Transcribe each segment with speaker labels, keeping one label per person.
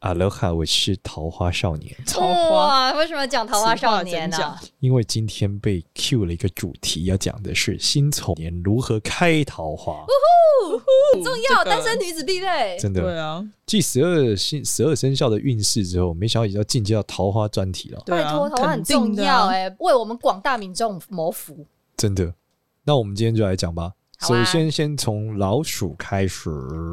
Speaker 1: 阿罗哈，我是桃花少年，
Speaker 2: 桃花，
Speaker 3: 哇，为什么讲桃花少年呢、啊
Speaker 2: 此话怎讲
Speaker 1: 因为今天被 cue 了一个主题，要讲的是新丑年如何开桃花。
Speaker 3: 很重要，单身女子必备。
Speaker 1: 真
Speaker 2: 对
Speaker 1: 的，
Speaker 2: 啊，
Speaker 1: 继十二星十二生肖的运势之后，没想到也要进阶到桃花专题了，
Speaker 2: 对
Speaker 3: 拜
Speaker 2: 啊，
Speaker 3: 托，桃花很
Speaker 2: 肯定
Speaker 3: 重
Speaker 2: 的
Speaker 3: 要
Speaker 2: 啊
Speaker 3: 哎、为我们广大民众谋福。
Speaker 1: 真的。那我们今天就来讲吧。
Speaker 3: 好
Speaker 1: 首
Speaker 3: 啊
Speaker 1: 先，先从老鼠开始。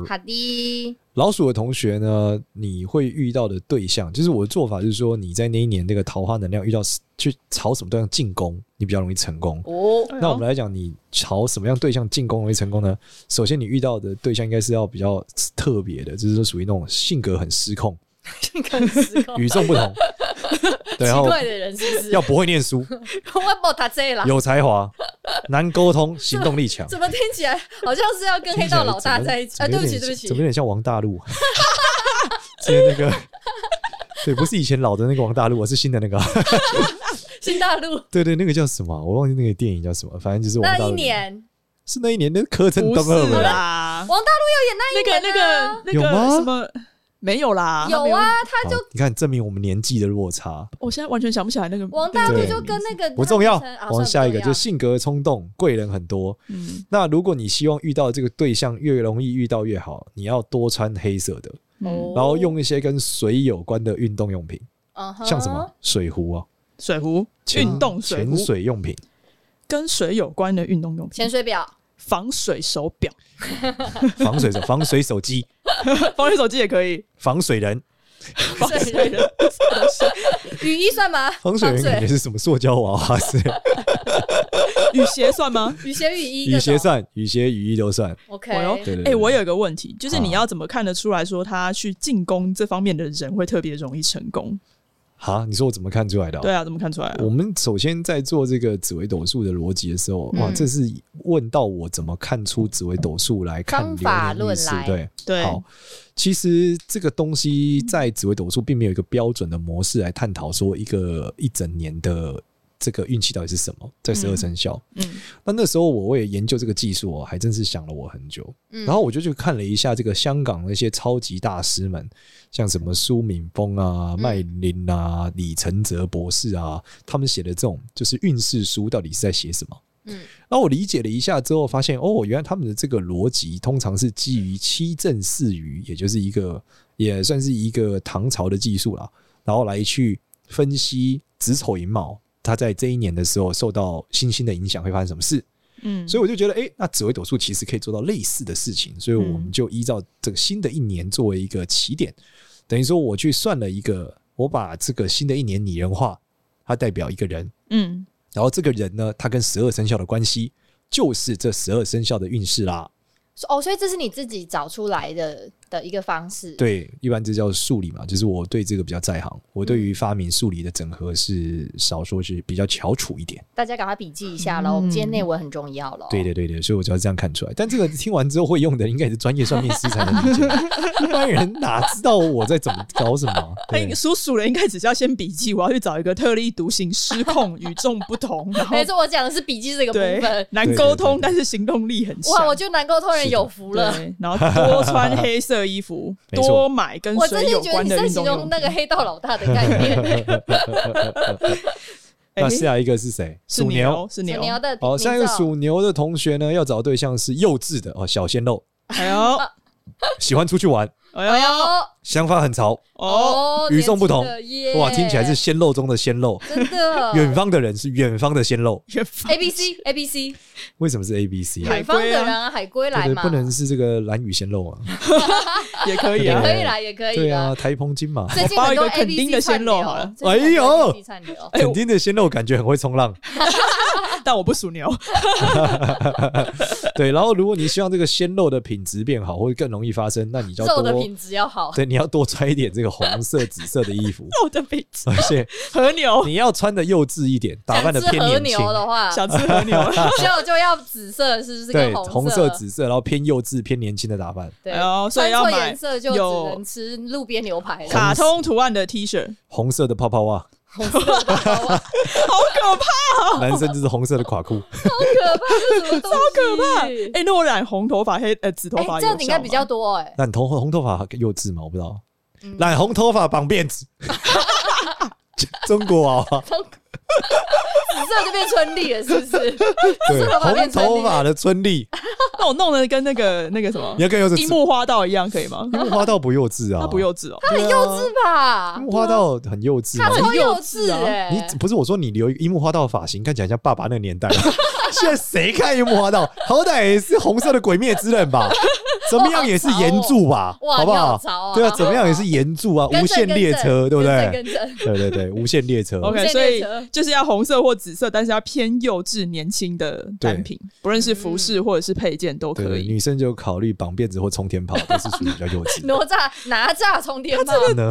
Speaker 3: 好的，
Speaker 1: 老鼠的同学呢，你会遇到的对象，就是我的做法，就是说你在那一年那个桃花能量遇到去朝什么对象进攻，你比较容易成功。
Speaker 3: 哦，
Speaker 2: 哎呦
Speaker 1: 那我们来讲，你朝什么样对象进攻容易成功呢？首先，你遇到的对象应该是要比较特别的，就是说属于那种性格很失控、
Speaker 3: 更失控，
Speaker 1: 与众 不同，对然
Speaker 3: 奇
Speaker 1: 后
Speaker 3: 怪的人是不是？
Speaker 1: 要不会念 书、
Speaker 3: 我爆他这啦？
Speaker 1: 有才华、难沟 通、行动力强。
Speaker 3: 怎么听起来好像是要跟黑道老大在一起？啊，
Speaker 1: 听
Speaker 3: 对
Speaker 1: 起来
Speaker 3: 不起，对不
Speaker 1: 怎么怎么有点怎么有
Speaker 3: 起，
Speaker 1: 点像王大陆？ 之前那个，对，不是以前老的那个王大陆，我是新的那个。
Speaker 3: 新大陆
Speaker 1: 对对，那个叫什么啊？我忘记那个电影叫什么，反正就是王
Speaker 3: 那
Speaker 1: 大陆
Speaker 3: 一
Speaker 1: 的
Speaker 3: 年，
Speaker 1: 是那一年，那是柯震
Speaker 2: 不
Speaker 1: 东二
Speaker 2: 是
Speaker 1: 了。
Speaker 2: 啦，
Speaker 3: 王大陆
Speaker 2: 那
Speaker 3: 有演
Speaker 2: 个
Speaker 3: 那
Speaker 2: 那
Speaker 3: 一年啊
Speaker 2: 个那
Speaker 1: 有
Speaker 2: 个
Speaker 1: 吗
Speaker 2: 什么没有啦，他没
Speaker 3: 有
Speaker 2: 有，
Speaker 3: 啊，他
Speaker 1: 好
Speaker 3: 就
Speaker 1: 你看，证明我们年纪的落差。
Speaker 2: 我现在完全想不起来那个
Speaker 3: 王大陆
Speaker 1: 对
Speaker 3: 就跟那个
Speaker 1: 不重要
Speaker 3: 那女生啊，
Speaker 1: 往下一
Speaker 3: 算了不
Speaker 1: 个
Speaker 3: 重
Speaker 1: 就
Speaker 3: 要
Speaker 1: 是性格冲动，贵人很多。
Speaker 2: 嗯
Speaker 1: 那如果你希望遇到这个对象越容易遇到越好，你要多穿黑色的，
Speaker 2: 嗯，
Speaker 3: 哦
Speaker 1: 然后用一些跟水有关的运动用品，
Speaker 3: 哦
Speaker 1: 像什
Speaker 3: 嗯
Speaker 1: 么？水壶啊、
Speaker 2: 水壶
Speaker 1: 潜
Speaker 2: 运动水壶
Speaker 1: 潜水用品。
Speaker 2: 跟水有关的运动用品
Speaker 3: 潜，水表，
Speaker 2: 防水手表、
Speaker 1: 防水手、防水手机、
Speaker 2: 防水手机也可以，
Speaker 1: 防 水人、
Speaker 2: 防水人
Speaker 3: 雨衣算吗？
Speaker 1: 防水人感觉是什么塑胶娃娃是
Speaker 2: 雨鞋算吗？
Speaker 3: 雨鞋、雨衣、
Speaker 1: 雨鞋。算，雨鞋、雨衣都算。
Speaker 3: OK，
Speaker 2: 哎呦，
Speaker 1: 哦对对
Speaker 2: 哎、
Speaker 1: 对
Speaker 2: 我有一个问题，就是你
Speaker 1: 啊
Speaker 2: 要怎么看得出来说他去进攻这方面的人会特别容易成功？
Speaker 1: 哈，你说我怎么看出来的、
Speaker 2: 对。啊，怎么看出来、啊？
Speaker 1: 我们首先在做这个紫微斗数的逻辑的时候，
Speaker 3: 嗯
Speaker 1: 哇，这是问到我怎么看出紫微斗数来看
Speaker 3: 方
Speaker 1: 流
Speaker 3: 法
Speaker 1: 年运
Speaker 3: 论
Speaker 1: 势
Speaker 3: 来
Speaker 1: 对，
Speaker 2: 对，
Speaker 1: 好，其实这个东西在紫微斗数并没有一个标准的模式来探讨说一个一整年的这个运气到底是什么，在十二
Speaker 2: 嗯
Speaker 1: 生肖。
Speaker 2: 嗯，
Speaker 1: 那那时候我也研究这个技术、哦，还真是想了我很久。
Speaker 3: 嗯
Speaker 1: 然后我就去看了一下这个香港那些超级大师们，像什么苏敏峰啊、
Speaker 3: 嗯
Speaker 1: 麦林啊、李承泽博士啊，他们写的这种就是运势书到底是在写什么？
Speaker 3: 嗯
Speaker 1: 然后我理解了一下之后，发现哦，原来他们的这个逻辑通常是基于七正四余，也就是一个也算是一个唐朝的技术啦，然后来去分析子丑寅卯，它在这一年的时候受到星星的影响会发生什么事。
Speaker 2: 嗯，
Speaker 1: 所
Speaker 2: 以
Speaker 1: 以我就觉得，哎、那紫微斗数其实可以做到类似的事情，所以我们就依照这个新的一年作为一个起点，等于说我去算了一个，我把这个新的一年拟人化，它代表一个人，
Speaker 2: 嗯
Speaker 1: 然后这个人呢，他跟十二生肖的关系就是这十二生肖的运势啦。
Speaker 3: 哦，所以这是你自己找出来的的一个方式。，
Speaker 1: 对，一般这叫数理嘛，就是我对这个比较在行，我对于发明数理的整合是少说是比较翘楚一点。
Speaker 3: 大家赶快笔记一下喽，
Speaker 2: 嗯
Speaker 3: 我们今天内文很重要喽。
Speaker 1: 对的，对的，所以我就要这样看出来。但这个听完之后会用的，应该也是专业算命师才能理解，一般人哪知道我在怎么搞什么啊？对
Speaker 2: 哎，叔叔了，应该只是要先笔记，我要去找一个特立独行、失控、与众不同，然后
Speaker 3: 没错，我讲的是笔记这个部
Speaker 2: 对
Speaker 3: 分。
Speaker 2: 难沟通，
Speaker 1: 对对对对
Speaker 2: 但是行动力很强。
Speaker 3: 哇，我觉得南沟通人有福了。
Speaker 2: 对，然后多穿黑色衣服，
Speaker 1: 没错
Speaker 2: 多买跟
Speaker 3: 我真
Speaker 2: 水
Speaker 3: 心
Speaker 2: 有
Speaker 3: 觉得
Speaker 2: 关
Speaker 3: 你
Speaker 2: 的
Speaker 3: 在
Speaker 2: 运
Speaker 3: 形
Speaker 2: 动
Speaker 3: 容
Speaker 2: 用
Speaker 3: 那
Speaker 2: 品。
Speaker 3: 个黑道老大的概念。
Speaker 1: 那
Speaker 2: 哎
Speaker 1: 下一个是谁？
Speaker 2: 是
Speaker 1: 属牛
Speaker 2: 牛。，是
Speaker 3: 你要
Speaker 2: 牛，
Speaker 3: 的
Speaker 1: 哦，
Speaker 3: 名
Speaker 1: 下一个
Speaker 3: 字哦
Speaker 1: 属牛的同学呢，要找对象是幼稚的哦，小鲜肉，
Speaker 2: 哎 呦，
Speaker 3: 啊
Speaker 1: 喜欢出去玩，
Speaker 2: 哎呦，
Speaker 1: 想法很潮，
Speaker 2: 哦，
Speaker 1: 与众不同
Speaker 3: 年轻的耶
Speaker 1: 哇，听起来是鲜肉中的鲜肉。
Speaker 3: 真的
Speaker 1: 远方的人是远方的鲜肉，
Speaker 2: 远方
Speaker 3: A B C A B C
Speaker 1: 为什么是 A B C 啊？
Speaker 3: 海
Speaker 2: 海
Speaker 3: 方的
Speaker 2: 龟啊
Speaker 3: 人啊，海归来
Speaker 1: 对对，
Speaker 3: 嘛，
Speaker 1: 不能是这个蓝雨鲜肉啊。
Speaker 2: 也可以啊
Speaker 1: 对。
Speaker 3: 可以来也可以
Speaker 1: 对
Speaker 3: 啦
Speaker 1: 啊，台澎金马，
Speaker 3: 最近很多
Speaker 2: 我包一个
Speaker 3: A
Speaker 2: 垦
Speaker 3: B
Speaker 2: 丁
Speaker 3: C
Speaker 2: 的
Speaker 3: 串
Speaker 2: 鲜
Speaker 3: 流
Speaker 2: 肉好了，
Speaker 3: 最近很多
Speaker 1: 哎呦
Speaker 3: ABC 串流
Speaker 2: 哎我
Speaker 1: 肯定的鲜肉感觉很会冲浪，
Speaker 2: 但我不属牛。
Speaker 1: 对，然后如果你希望这个鲜肉的品质变好，或者更容易发生，那你就要
Speaker 3: 肉的
Speaker 1: 多
Speaker 3: 品质要好，
Speaker 1: 对，你要多穿一点这个红色、紫色的衣服，
Speaker 2: 我的鼻子，
Speaker 1: 而且
Speaker 2: 和牛，
Speaker 1: 你要穿的幼稚一点， 打扮的
Speaker 3: 想吃
Speaker 1: 偏
Speaker 3: 和
Speaker 1: 年轻
Speaker 3: 牛。的话，
Speaker 2: 想吃和
Speaker 1: 啊
Speaker 2: 牛。
Speaker 3: 就就要紫色，是不是？
Speaker 1: 对
Speaker 3: 跟，
Speaker 1: 红
Speaker 3: 色、
Speaker 1: 色、紫色，然后偏幼稚、偏年轻的打扮，
Speaker 3: 对，
Speaker 2: 哎呦所以
Speaker 3: 穿
Speaker 2: 要
Speaker 3: 错
Speaker 2: 买
Speaker 3: 颜色就只
Speaker 2: 有
Speaker 3: 能吃路边牛排了。
Speaker 2: 卡通图案的 T 恤，
Speaker 1: 红色的泡泡袜，
Speaker 3: 红色的包啊
Speaker 2: 好可怕！
Speaker 1: 男生就是红色的垮裤。
Speaker 3: 可 怕，这是什么东西？好可怕！
Speaker 2: 哎、那我染红头发、黑呃紫头发、
Speaker 3: 哎，这样子应该比较。多哎。
Speaker 1: 染头红头发幼稚吗？我不知道。
Speaker 3: 嗯
Speaker 1: 染红头发绑辫子，中国啊娃娃。
Speaker 3: 紫色就变春丽了，是 不是？
Speaker 1: 对，
Speaker 3: 头发
Speaker 1: 红
Speaker 3: 变成
Speaker 1: 头发的春丽，
Speaker 2: 那我 弄得跟那个那个什么
Speaker 1: 你要更幼稚。
Speaker 2: 樱木花道一样，可以 吗？
Speaker 1: 樱木花道不幼稚啊，
Speaker 2: 他不幼 稚哦，
Speaker 1: 稚，很幼稚。
Speaker 3: 是吧
Speaker 1: 樱？木花道很幼稚
Speaker 3: 啊他
Speaker 1: 啊。
Speaker 3: 超幼
Speaker 2: 很幼
Speaker 3: 稚
Speaker 2: 稚啊
Speaker 3: 哎！
Speaker 1: 你你不是我说你留一个樱木花道的发型，看起来像爸爸那个年代。 现在谁看樱木花道？好歹也是红色的鬼灭之刃 吧，怎么样也是岩柱吧，
Speaker 3: 哇
Speaker 1: 好不
Speaker 3: 你
Speaker 1: 好
Speaker 3: 好潮啊？
Speaker 1: 对啊，怎么样也是岩柱啊，
Speaker 3: 跟
Speaker 1: 无
Speaker 3: 着
Speaker 1: 限列车，对不对？
Speaker 3: 跟着跟着
Speaker 1: 对对对，无限列车。
Speaker 2: OK，
Speaker 3: 这
Speaker 2: 所以
Speaker 3: 列车
Speaker 2: 就是要红色或紫色，但是要偏幼稚、年轻的单品，不论是服饰或者是配件都
Speaker 1: 对
Speaker 2: 可以。
Speaker 1: 女生就考虑绑辫子或 冲天炮，都是属于比较幼稚。
Speaker 3: 哪吒哪吒充电宝，
Speaker 1: 哪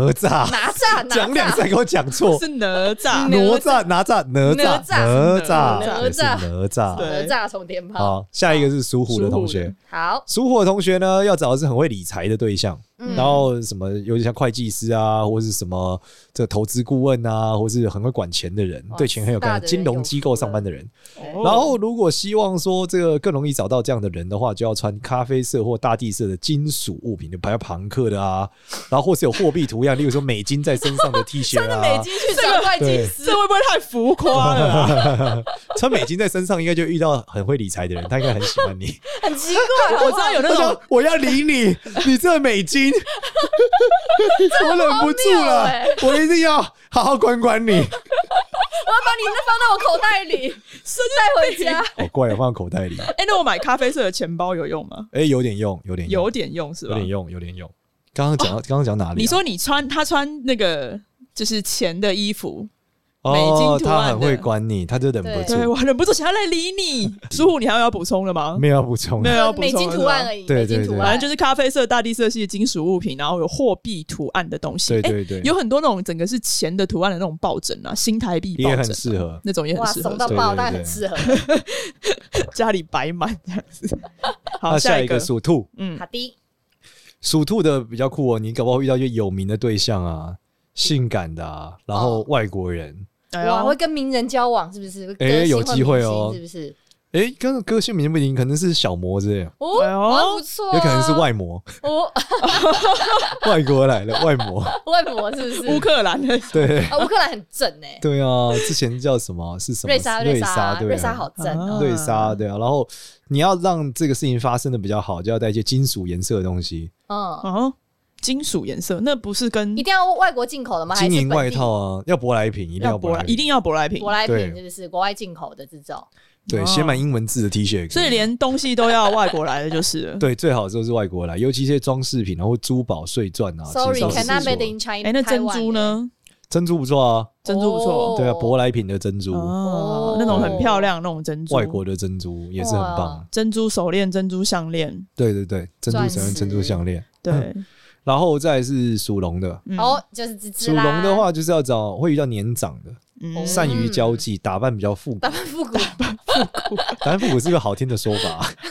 Speaker 1: 吒，
Speaker 3: 哪吒哪
Speaker 1: 讲两
Speaker 3: 吒
Speaker 1: 次给我讲错。
Speaker 2: 是哪吒，
Speaker 1: 哪吒，哪吒，哪
Speaker 3: 哪
Speaker 1: 吒，哪
Speaker 2: 吒
Speaker 1: 吒，
Speaker 3: 哪
Speaker 1: 对
Speaker 3: 吒
Speaker 1: 是哪吒。
Speaker 2: 对
Speaker 3: 哪吒充电炮。
Speaker 1: 好，下一个是属虎的
Speaker 2: 属
Speaker 1: 同
Speaker 2: 虎
Speaker 1: 学
Speaker 2: 的。
Speaker 3: 好，
Speaker 1: 属虎的同学呢，要找的是很会理财的对象，
Speaker 3: 嗯
Speaker 1: 然后什么，尤其像会计师啊，或是什么这投资顾问啊，或是很会管钱的人，
Speaker 3: 哇
Speaker 1: 对钱很有概
Speaker 3: 四大
Speaker 1: 念，
Speaker 3: 的人
Speaker 1: 金融机构上班的人。
Speaker 2: 哦
Speaker 1: 然后，如果希望说这个更容易找到这样的人的话，就要穿咖啡色或大地色的金属物品，就比如朋克的啊，然后或是有货币图样，例如说美金在身上的 T 恤
Speaker 3: 穿着美
Speaker 1: 啊，
Speaker 3: 金去找会计师
Speaker 2: 这，会不会太浮夸 了啊？
Speaker 1: 穿美金在身上应该就遇到很会理财的人，他应该很喜欢你。
Speaker 3: 很奇怪。
Speaker 2: 我知道有那种
Speaker 1: 我要理 你，你这美金，我忍不住
Speaker 3: 荒谬
Speaker 1: 了
Speaker 3: 欸，
Speaker 1: 我一定要好好管管你。
Speaker 3: 我要把你那放到我口袋里，带回家。
Speaker 1: 好怪，我放口袋里。
Speaker 2: 哎、那我买咖啡色的钱包有用吗？
Speaker 1: 哎，有点用，有点用
Speaker 2: 有，点用是
Speaker 1: 有
Speaker 2: 吧？
Speaker 1: 点用，有点用。刚刚讲到，刚刚讲哪里啊？
Speaker 2: 你说你穿他穿那个就是钱的衣服，美
Speaker 1: 哦，
Speaker 2: 金图
Speaker 1: 他
Speaker 2: 案的
Speaker 1: 很会管你，他就忍不
Speaker 2: 对
Speaker 1: 住。
Speaker 2: 我忍不住想要来理 你。叔虎，你还有要补充的吗？
Speaker 1: 没有要补充啊
Speaker 2: 没，有要补充
Speaker 3: 美金
Speaker 2: 的
Speaker 3: 图案
Speaker 2: 是吧
Speaker 3: 而已，
Speaker 1: 对
Speaker 3: 美
Speaker 1: 对
Speaker 3: 金图
Speaker 1: 对
Speaker 3: 案，
Speaker 2: 反正就是咖啡色、大地色系的金属物品，然后有货币图案的东西。
Speaker 1: 对
Speaker 2: 哎
Speaker 1: 对对，
Speaker 2: 有很多那种整个是钱的图案的那种抱枕啊，新台币抱
Speaker 1: 也
Speaker 2: 枕、
Speaker 1: 很适，合。
Speaker 2: 那种也
Speaker 3: 哇，
Speaker 2: 很适合
Speaker 3: 怂到
Speaker 1: 对
Speaker 3: 爆，
Speaker 1: 对
Speaker 3: 但
Speaker 1: 对
Speaker 3: 很适合。
Speaker 2: 家里摆满这样子。好，
Speaker 1: 那下
Speaker 2: 一
Speaker 1: 一个属兔，
Speaker 2: 嗯
Speaker 3: 好，的，
Speaker 1: 属兔的比较酷哦，你搞不好遇到一些有名的对象啊，性感的啊，然后
Speaker 2: 哦
Speaker 1: 外国人。
Speaker 2: 哎
Speaker 3: 哇，会
Speaker 2: 呦，
Speaker 3: 跟名人交往是不是？
Speaker 1: 哎
Speaker 3: 歌星
Speaker 1: 有机会哦
Speaker 3: 或明星是不是？
Speaker 1: 哎，刚刚歌星名不名？可能是小模之类的，
Speaker 3: 哦，
Speaker 2: 哎呦
Speaker 3: 哇不错啊，
Speaker 1: 有可能是外模，
Speaker 3: 哦，
Speaker 1: 外国来的外模。
Speaker 3: 外国是不是？
Speaker 2: 乌克兰的
Speaker 1: 对
Speaker 3: 啊，乌克兰很正哎，
Speaker 1: 对啊，之前叫什么是什么？
Speaker 3: 瑞莎，
Speaker 1: 瑞
Speaker 3: 莎，
Speaker 1: 对，
Speaker 3: 瑞莎好正哦，
Speaker 2: 啊
Speaker 1: 瑞莎对啊。然后你要让这个事情发生的比较好，就要带一些金属颜色的东西，
Speaker 3: 嗯，
Speaker 2: 啊，金属颜色，那不是跟
Speaker 3: 一定要外国进口的吗？还
Speaker 1: 金
Speaker 3: 是
Speaker 1: 银
Speaker 3: 本
Speaker 1: 外
Speaker 3: 地
Speaker 1: 套啊，要舶来品，一定要
Speaker 2: 舶
Speaker 1: 舶
Speaker 2: 来
Speaker 1: 来，
Speaker 2: 一
Speaker 1: 品。
Speaker 2: 定要舶来品
Speaker 3: 舶。来
Speaker 1: 对
Speaker 3: 品是不是？国外进口的这种，
Speaker 1: 对，
Speaker 2: 哦
Speaker 1: 写满英文字的 T 恤也可以，
Speaker 2: 所以连东西都要外国来的，就是了。
Speaker 1: 对最好就是外国来，尤其一些装饰品，然后珠宝、碎钻啊。
Speaker 3: Sorry,
Speaker 1: 其实都是
Speaker 3: cannot
Speaker 1: 不错
Speaker 3: made in China。
Speaker 2: 哎，那珍珠？呢？
Speaker 1: 珍珠不错啊，
Speaker 2: 珍珠不错
Speaker 3: 哦
Speaker 1: 对啊，舶来品的珍珠，
Speaker 2: 哦，那种很漂亮那种珍珠，
Speaker 1: 外国的珍珠也是很棒
Speaker 3: 哇。
Speaker 2: 珍珠手链、珍珠项链，来
Speaker 1: 对对对，珍珠
Speaker 3: 钻
Speaker 1: 手链、珍珠
Speaker 3: 石
Speaker 1: 项链，
Speaker 2: 对，
Speaker 1: 然后再来是属龙的，
Speaker 2: 嗯
Speaker 3: 哦，就是芝芝
Speaker 1: 属
Speaker 3: 啦。
Speaker 1: 龙的，话就是要找会遇到年长的，
Speaker 3: 哦
Speaker 2: 嗯
Speaker 1: 善于交际，打扮比 较复古。
Speaker 3: 打扮复古，
Speaker 1: 打扮复古是一个好听的说 法，其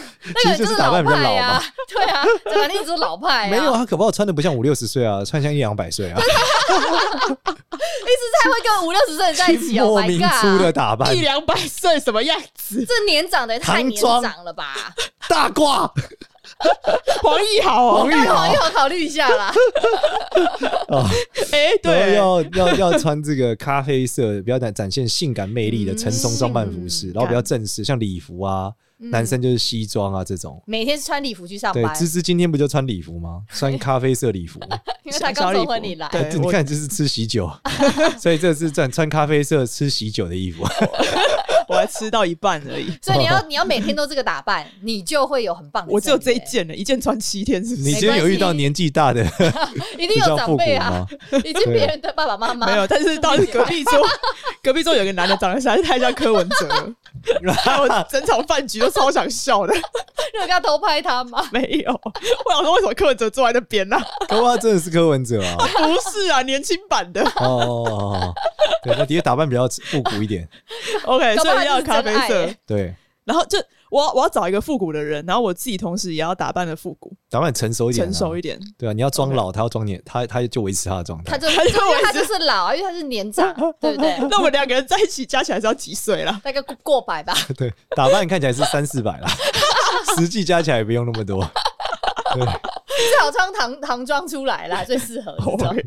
Speaker 3: 那
Speaker 1: 实
Speaker 3: 个
Speaker 1: 就是
Speaker 3: 是
Speaker 1: 打扮比较
Speaker 3: 派
Speaker 1: 老
Speaker 3: 啊
Speaker 1: 嘛。，
Speaker 3: 对啊，对啊，那个就是老派啊。
Speaker 1: 没有啊，他可不好穿的不像五六十岁啊，穿像一两百岁 啊，
Speaker 3: 一直在会跟五六十岁的在一起哦
Speaker 1: 莫
Speaker 3: ，My
Speaker 1: 名粗的
Speaker 3: God！
Speaker 1: 打扮
Speaker 2: 一，两百岁什么样子？
Speaker 3: 这年长的也太
Speaker 1: 唐
Speaker 3: 年
Speaker 1: 装
Speaker 3: 长了吧？
Speaker 1: 大褂，
Speaker 2: 黄奕豪 哦
Speaker 1: 黄，奕
Speaker 3: 好，
Speaker 1: 豪
Speaker 3: 一会儿哎考虑一下啦。
Speaker 1: 啊，
Speaker 2: 哎，
Speaker 1: 然
Speaker 2: 对，
Speaker 1: 后要要要穿这个咖啡色，比较展展现性感魅力的
Speaker 3: 嗯
Speaker 1: 沉松装扮服饰，
Speaker 3: 性嗯
Speaker 1: 然后比较正式，像礼服啊，男生就是西装啊这种。
Speaker 3: 每天穿礼服去上
Speaker 1: 对，
Speaker 3: 班，
Speaker 1: 芝芝今天不就穿礼 服吗？穿咖啡色礼服，
Speaker 3: 因为他
Speaker 2: 小
Speaker 3: 刚
Speaker 2: 礼
Speaker 3: 从
Speaker 2: 服
Speaker 3: 婚礼来。
Speaker 2: 对
Speaker 1: 你
Speaker 2: 我
Speaker 1: 看这是吃 喜酒，所以这是穿穿咖啡色吃喜酒的衣服。
Speaker 2: 我还吃到一半而已，
Speaker 3: 所以你要你要每天都这个打扮，你就会有很棒的。
Speaker 2: 我只有这一，件了，一件穿七天，是不
Speaker 1: 你
Speaker 2: 是？
Speaker 1: 今天有遇到年纪大的
Speaker 3: 一定
Speaker 1: 比
Speaker 3: 有
Speaker 1: 较
Speaker 3: 长
Speaker 1: 复古
Speaker 3: 辈啊
Speaker 1: 吗，？
Speaker 3: 已经别人的爸爸妈妈
Speaker 2: 没有，但是到
Speaker 3: 理解
Speaker 2: 隔壁桌，隔壁桌有个男的长得实在是太像柯文哲了，我整场饭局都超想笑 的。
Speaker 3: 人家偷拍他 吗？
Speaker 2: 没有，我想说为什么柯文哲坐在那边呢、
Speaker 1: 搞不好他真的是柯文 哲啊！
Speaker 2: 不是啊，年轻版的。
Speaker 1: 哦哦，哦哦对，那的确打扮比较复古一点。
Speaker 2: OK，
Speaker 3: 搞不好
Speaker 2: 所以要
Speaker 3: 他
Speaker 2: 咖
Speaker 3: 是
Speaker 2: 啡
Speaker 3: 真爱
Speaker 2: 色
Speaker 3: 欸。
Speaker 1: 对，
Speaker 2: 然后就我要我要找一个复古的人，然后我自己同时也要打扮的复古、
Speaker 1: 打扮成熟一点、啊，
Speaker 2: 成熟一点。
Speaker 1: 对啊，你要装老，他要装年，他他就维持他的状
Speaker 3: 他
Speaker 1: 态。
Speaker 3: 就因为他就是老啊，因为他是年长，对不对？
Speaker 2: 那我们两个人在一起加起来是要几岁啦？
Speaker 3: 大概过过百吧。
Speaker 1: 对，打扮看起来是三四百啦，实际加起来也不用那么多。
Speaker 3: 最好穿唐唐装出来啦，最适合。你知道吗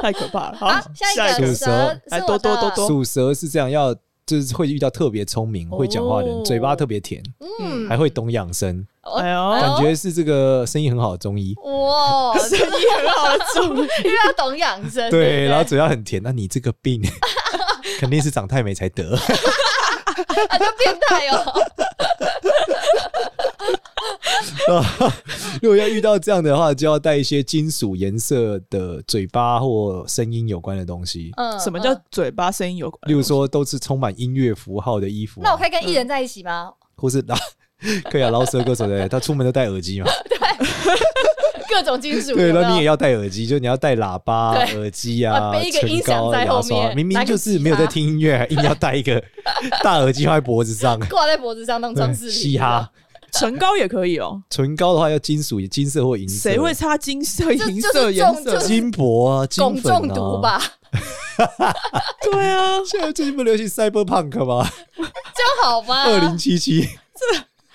Speaker 2: 太可怕了。好，
Speaker 3: 好，下一
Speaker 1: 一
Speaker 3: 个
Speaker 1: 个
Speaker 3: 蛇
Speaker 1: 蛇
Speaker 2: 来
Speaker 3: 是我
Speaker 2: 多多
Speaker 3: 的
Speaker 2: 多多
Speaker 1: 属蛇是这样，要就是会遇到特别聪明、会讲话的人，
Speaker 3: 哦
Speaker 1: 嘴巴特别甜，
Speaker 3: 嗯，
Speaker 1: 还会懂养生，
Speaker 3: 哦
Speaker 2: 哎呦
Speaker 1: 感觉是这个生意很好的中医。
Speaker 3: 哇，
Speaker 2: 生意很好的 主
Speaker 3: 因为他懂养生，不
Speaker 1: 对，然后嘴巴很甜，那你这个 病肯定是长太美才得。
Speaker 3: 他就变态哦。
Speaker 1: 如果要遇到这样的话，就要带一些金属颜色的嘴巴或声音有关的东西，
Speaker 3: 嗯，
Speaker 2: 什么叫
Speaker 3: 嗯？
Speaker 2: 嘴巴声音有关？
Speaker 1: 例如说都是充满音乐符号的衣服啊、
Speaker 3: 那我可以跟艺人在一起吗？
Speaker 1: 或是 拉。可以啊，饶舌歌 手对，他出门都戴耳机嘛。
Speaker 3: 各种金属，
Speaker 1: 对，
Speaker 3: 有没
Speaker 1: 然
Speaker 3: 有
Speaker 1: 后你也要戴耳机，就你要戴喇叭、
Speaker 3: 对
Speaker 1: 耳机啊、
Speaker 3: 啊背一个音
Speaker 1: 唇
Speaker 3: 响
Speaker 1: 膏
Speaker 3: 在后
Speaker 1: 牙刷
Speaker 3: 面
Speaker 1: 明
Speaker 3: 拿
Speaker 1: 明
Speaker 3: 个
Speaker 1: 就是没有在听音乐，硬要戴一个大耳机放在脖子 上，
Speaker 3: 挂在脖子上当装饰
Speaker 1: 对
Speaker 3: 品，
Speaker 1: 嘻哈。
Speaker 2: 唇膏也可以哦、
Speaker 1: 唇膏的话要金属、金色或银色。
Speaker 2: 谁会擦金色、
Speaker 3: 这
Speaker 2: 银
Speaker 3: 就
Speaker 2: 色、
Speaker 3: 是
Speaker 2: 颜
Speaker 3: 中
Speaker 2: 色
Speaker 3: 就？是
Speaker 1: 金箔啊？金
Speaker 3: 汞
Speaker 1: 粉啊
Speaker 3: 中毒？ 吧，
Speaker 2: 对啊，
Speaker 1: 现在最近不流行 cyberpunk 吗？
Speaker 3: 这样好吧？
Speaker 1: 二零七七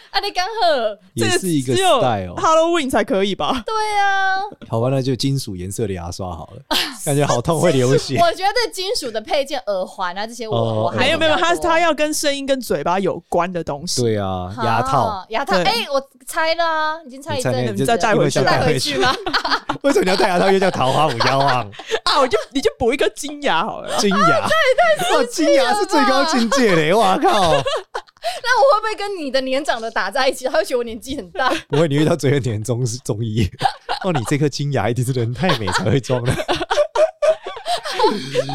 Speaker 3: 啊，你刚喝，
Speaker 1: 也是一个
Speaker 2: 只有
Speaker 1: style。
Speaker 2: Halloween 才可以吧？
Speaker 3: 对啊，
Speaker 1: 好吧，那就金属颜色的牙刷好了，感觉好痛，会流血。
Speaker 3: 我觉得金属的配件、耳环啊这些，
Speaker 1: 哦
Speaker 3: 我我还
Speaker 2: 没有没有，
Speaker 3: 比较
Speaker 2: 他
Speaker 3: 多
Speaker 2: 他要跟声音跟嘴巴有关的东西。
Speaker 1: 对啊，牙套。
Speaker 3: 啊牙套，
Speaker 2: 对
Speaker 3: 哎，我猜啦，已经猜一
Speaker 1: 你
Speaker 3: 阵
Speaker 1: 那
Speaker 3: 子
Speaker 1: 你就
Speaker 2: 再戴回去
Speaker 1: 因为想
Speaker 3: 带
Speaker 1: 戴
Speaker 3: 回
Speaker 1: 回
Speaker 3: 去
Speaker 1: 去
Speaker 3: 吗？
Speaker 1: 为什么你要戴牙套？又叫桃花五妖王
Speaker 2: 啊，我就你就补一个金牙好了啦。
Speaker 1: 金牙，哇，金牙是最高境界嘞！哇靠，
Speaker 3: 那我会不会跟你的年长的打在一起？他会觉得我年纪很大，
Speaker 1: 不会，你遇到嘴很甜的中 中医，哦，你这颗金牙一定是人太美才会装的。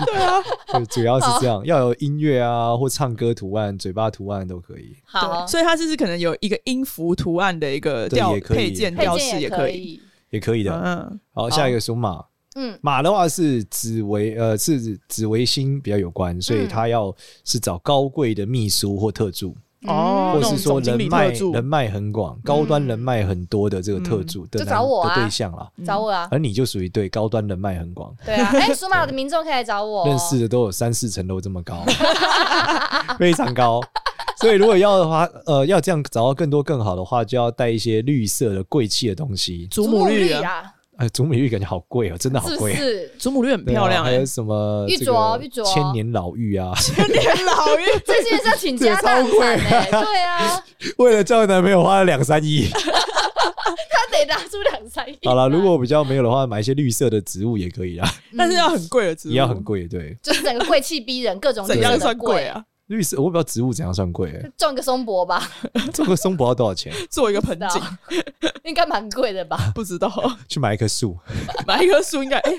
Speaker 2: 对啊，
Speaker 1: 对，主要是这样，要有音乐啊，或唱歌图案、嘴巴图案都可以。
Speaker 3: 好啊
Speaker 2: 对，所以它就是可能有一个音符图案的一个
Speaker 1: 对
Speaker 2: 吊
Speaker 1: 也可以
Speaker 2: 配件
Speaker 3: 配
Speaker 2: 吊饰
Speaker 3: 件也
Speaker 2: 可
Speaker 3: 可
Speaker 2: 以。
Speaker 3: 以，
Speaker 1: 也可以的。
Speaker 2: 嗯，
Speaker 1: 好，下一个属马，
Speaker 3: 嗯，
Speaker 1: 马的话是紫微，呃，是紫微星比较有关，所
Speaker 2: 嗯
Speaker 1: 以他要是找高贵的秘书或特助，
Speaker 3: 嗯
Speaker 2: 哦
Speaker 1: 或
Speaker 2: 那
Speaker 1: 是
Speaker 2: 种
Speaker 1: 说
Speaker 2: 总经
Speaker 1: 人
Speaker 2: 理
Speaker 1: 脉
Speaker 2: 特助嗯
Speaker 1: 人脉很广、高端人脉很多的这个特助的
Speaker 3: 就
Speaker 1: 男
Speaker 3: 找我啊
Speaker 1: 的对象啦。
Speaker 3: 找我啊，
Speaker 2: 哎
Speaker 1: 而你就属于对高端人脉很广，
Speaker 3: 对啊，哎，属马的民众可以来找我哦，
Speaker 1: 认识的都有三四层楼这么高， 非常高。所以如果要的话，呃，要这样找到更多更好的话，就要带一些绿色的贵气的东西。
Speaker 2: 祖母绿
Speaker 3: 绿
Speaker 2: 啊，
Speaker 3: 啊，
Speaker 1: 呃，祖母绿感觉好贵哦，真的好
Speaker 3: 是不
Speaker 1: 贵。
Speaker 3: 是？
Speaker 2: 祖母绿很
Speaker 1: 对啊
Speaker 2: 漂亮
Speaker 1: 还
Speaker 2: 哎
Speaker 1: 有，什么
Speaker 3: 玉
Speaker 1: 这个
Speaker 3: 镯玉镯
Speaker 1: 千年老玉啊，
Speaker 2: 老玉
Speaker 3: 这些是要请家大
Speaker 1: 这也
Speaker 3: 产
Speaker 1: 超
Speaker 3: 哎，对啊，
Speaker 1: 为了交男朋友花了两 三亿。
Speaker 3: 他得拿出两三亿。
Speaker 1: 好了，如果比较没有的话，买一些绿色的植物也可以啦，
Speaker 2: 但是要很贵的植物，
Speaker 1: 也要很贵。对，
Speaker 3: 就是整个贵气逼人，各种
Speaker 2: 怎
Speaker 3: 绿色
Speaker 2: 样
Speaker 3: 的
Speaker 2: 算贵
Speaker 3: 贵？
Speaker 2: 啊？
Speaker 1: 绿色我不知道植物怎样算贵、欸，
Speaker 3: 种个松柏吧，
Speaker 1: 这个松柏要多少钱？
Speaker 2: 做一个盆
Speaker 3: 不知道
Speaker 2: 景，
Speaker 3: 应该蛮贵的吧？
Speaker 2: 不知道
Speaker 1: 去买一棵树，
Speaker 2: 买一棵树应该哎，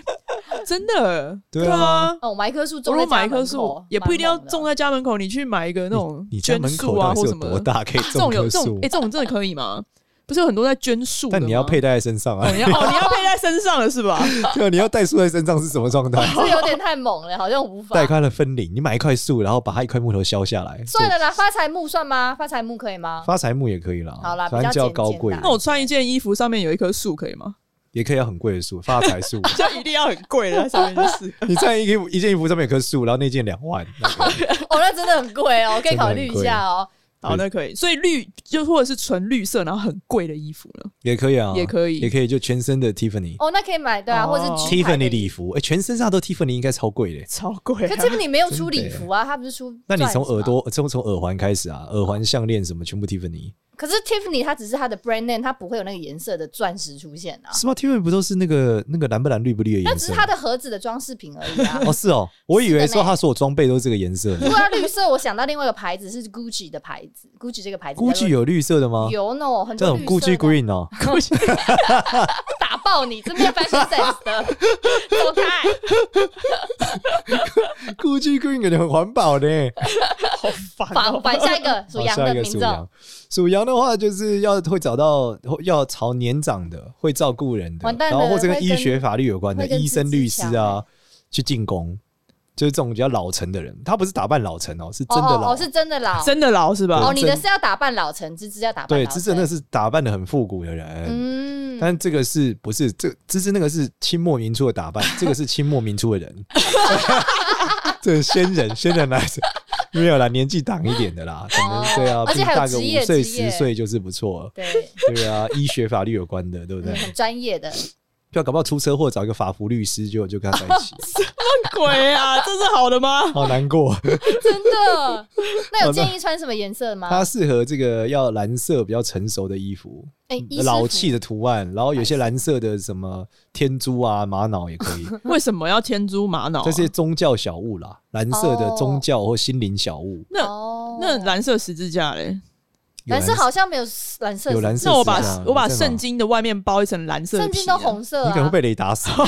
Speaker 2: 真的
Speaker 1: 对啊
Speaker 2: 啊。
Speaker 3: 哦，我买一棵树
Speaker 2: 我
Speaker 3: 种
Speaker 2: 如
Speaker 3: 在
Speaker 2: 果
Speaker 3: 家
Speaker 2: 买一
Speaker 3: 门口，
Speaker 2: 棵树，也不一定要
Speaker 3: 蛮猛的
Speaker 2: 种在家门口，你去买一个那种
Speaker 1: 你家
Speaker 2: 捐
Speaker 1: 门
Speaker 2: 树
Speaker 1: 口
Speaker 2: 啊
Speaker 1: 到底
Speaker 2: 或什
Speaker 1: 是有
Speaker 2: 么
Speaker 1: 多
Speaker 2: 的。
Speaker 1: 大可以
Speaker 2: 这
Speaker 1: 种
Speaker 2: 种有
Speaker 1: 棵
Speaker 2: 这种哎这
Speaker 1: 树，？
Speaker 2: 种真的可以吗？不是有很多在捐树的吗，
Speaker 1: 但你要佩戴在身上啊
Speaker 2: 哦，，你要哦，你要佩在身上了是吧？
Speaker 1: 对啊， 你要带树在身上是什么 状态？
Speaker 3: 这有点太 猛了，好像无法
Speaker 1: 带。它的分灵，你买一块树，然后把它一块木头削下来，
Speaker 3: 算了啦，发财木算吗？发财木可以吗？
Speaker 1: 发财木也可以啦。
Speaker 3: 好啦
Speaker 1: 反正
Speaker 3: 比
Speaker 1: 就
Speaker 3: 较
Speaker 1: 要高贵
Speaker 3: 简，
Speaker 2: 那我穿一件衣服，上面有一棵树，可以吗？
Speaker 1: 也可以要很贵的树，发 财树。
Speaker 2: 就一定要很贵的，在上面 就是。
Speaker 1: 你穿一个一件衣服上面有棵树，然后那件两万，那 个
Speaker 3: 哦，那真的很贵 哦，可以考虑一下哦。
Speaker 2: 好，那可以。所以绿就或者是纯绿色，然后很贵的衣服呢？
Speaker 1: 也可以啊，
Speaker 2: 也可以
Speaker 1: 也可以就全身的 Tiffany。
Speaker 3: 哦，那可以买对啊，
Speaker 2: 哦
Speaker 3: 或者是橘牌的
Speaker 1: Tiffany 礼服，哎、全身上都 Tiffany 应该超贵的。
Speaker 2: 超贵、
Speaker 3: 可
Speaker 2: 啊。
Speaker 3: Tiffany 没有出
Speaker 1: 真
Speaker 3: 礼
Speaker 1: 的
Speaker 3: 服啊，他不是出。
Speaker 1: 那你从耳？朵，从从耳环开始啊，耳环、项链什么全部 Tiffany。
Speaker 3: 可是 Tiffany 它只是它的 brand name，它不会有那个颜色的钻石出现啊，
Speaker 1: 是吗？Tiffany 不都是那个那个蓝不蓝、绿不绿的
Speaker 3: 那
Speaker 1: 颜
Speaker 3: 只是
Speaker 1: 色？
Speaker 3: 它的盒子的装饰品而已啊。
Speaker 1: 哦，是哦，我以
Speaker 3: 是
Speaker 1: 为
Speaker 3: 的
Speaker 1: 说
Speaker 3: 呢
Speaker 1: 他所有装备都是这个颜色
Speaker 3: 如果要绿色，我想到另外一个牌子是 Gucci 的牌子，Gucci 这个牌子
Speaker 1: ，Gucci 有绿色的吗？
Speaker 3: 有呢，很
Speaker 1: 这
Speaker 3: 多
Speaker 1: 种
Speaker 3: 绿色的
Speaker 1: Gucci Green 哦，
Speaker 3: 打爆你，真没有 fashion sense 的，走开！
Speaker 1: Gucci Green 感觉很环保呢，
Speaker 2: 好烦
Speaker 3: 反
Speaker 2: 哦、
Speaker 3: 反下一个属
Speaker 1: 好，
Speaker 3: 羊
Speaker 1: 下
Speaker 3: 的
Speaker 1: 一个
Speaker 3: 名
Speaker 1: 属
Speaker 3: 字哦，
Speaker 1: 羊，属羊的话就是要会找到要朝年长的、会照顾人的
Speaker 3: 完，蛋
Speaker 1: 然
Speaker 3: 了
Speaker 1: 后或者
Speaker 3: 会
Speaker 1: 跟医
Speaker 3: 跟
Speaker 1: 学法律有关的
Speaker 3: 会跟
Speaker 1: 医生、
Speaker 3: 自己
Speaker 1: 律师
Speaker 3: 抢欸
Speaker 1: 啊去进攻，就是这种比较老成的人。他不是打扮老成哦，是真
Speaker 3: 哦
Speaker 1: 的
Speaker 3: 哦
Speaker 1: 老，
Speaker 3: 哦，是真的老
Speaker 2: 真的老是吧？
Speaker 3: 哦，你
Speaker 1: 对真
Speaker 3: 的是要打扮老成，芝芝要打扮
Speaker 1: 对，
Speaker 3: 老
Speaker 1: 芝
Speaker 3: 成，
Speaker 1: 芝那个是打扮的很复古的人。
Speaker 3: 嗯，
Speaker 1: 但这个是不是这芝芝那个是清末民初的 打扮，这个是清末民初的人， 这是先人先人来着，没有啦，年纪长一点的啦，可能对啊，
Speaker 3: 哦而且
Speaker 1: 比你
Speaker 3: 还有
Speaker 1: 大个
Speaker 3: 职
Speaker 1: 五
Speaker 3: 业
Speaker 1: 岁
Speaker 3: 职业
Speaker 1: 十岁就是不错了，
Speaker 3: 对，
Speaker 1: 对啊，医学法律有关的，对不对
Speaker 3: 嗯？很专 业的，
Speaker 1: 不要搞不好出车祸找一个法服律师，结果就跟他在一 起，
Speaker 2: 鬼啊，这是好的吗？
Speaker 1: 好难过。
Speaker 3: 真的。那
Speaker 1: 好
Speaker 3: 有
Speaker 1: 的
Speaker 3: 建议穿什么颜色吗？
Speaker 1: 他适合这个要蓝色比较成熟的衣服，
Speaker 3: 哎，医师
Speaker 1: 老
Speaker 3: 服
Speaker 1: 气的图案，然后有些蓝色的什么天珠啊、玛瑙也可以。
Speaker 2: 为什么要天珠玛
Speaker 3: 哦
Speaker 2: 瑙啊、
Speaker 1: 这些宗教小物啦，蓝色的宗教或心灵小物，
Speaker 2: 那、
Speaker 3: 哦，
Speaker 2: 那蓝色十字架嘞？
Speaker 1: 有
Speaker 3: 蓝色好像没有蓝色，
Speaker 1: 有蓝色
Speaker 2: 那我把
Speaker 1: 十字架
Speaker 2: 我把
Speaker 1: 你在吗
Speaker 2: 圣经的外面包一层蓝色的
Speaker 3: 甚
Speaker 2: 皮、
Speaker 3: 至
Speaker 2: 啊，
Speaker 3: 都红色
Speaker 1: 你可能
Speaker 3: 啊
Speaker 1: 会。被雷打死。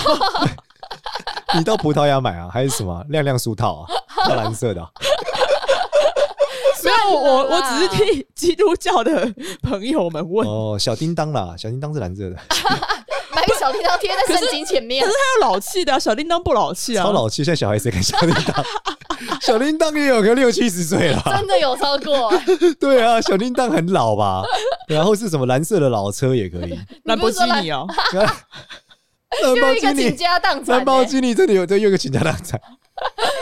Speaker 1: 你到葡萄牙买啊，还是什么亮亮书套啊， 要蓝色的啊、
Speaker 2: 没有，我我
Speaker 3: 算了
Speaker 2: 我
Speaker 3: 啦
Speaker 2: 只是替基督教的朋友们 问，
Speaker 1: 哦，小叮当啦，小叮当是蓝色的，
Speaker 3: 买个小叮当贴在圣经前面，
Speaker 2: 他要老气的、啊，小叮当不老气啊，
Speaker 1: 超老气。现在小孩谁看小叮 当？小叮当也有个六七十岁了，
Speaker 3: 真的有超过。
Speaker 1: 对啊，小叮当很老吧？然后是什么蓝色的老车也可 以，
Speaker 2: 兰博基尼哦、
Speaker 1: 蓝
Speaker 3: 又
Speaker 1: 包
Speaker 3: 一
Speaker 1: 基
Speaker 3: 个倾
Speaker 1: 尼，
Speaker 3: 家荡产、欸，
Speaker 1: 蓝包基尼这里有这又一个倾家荡产，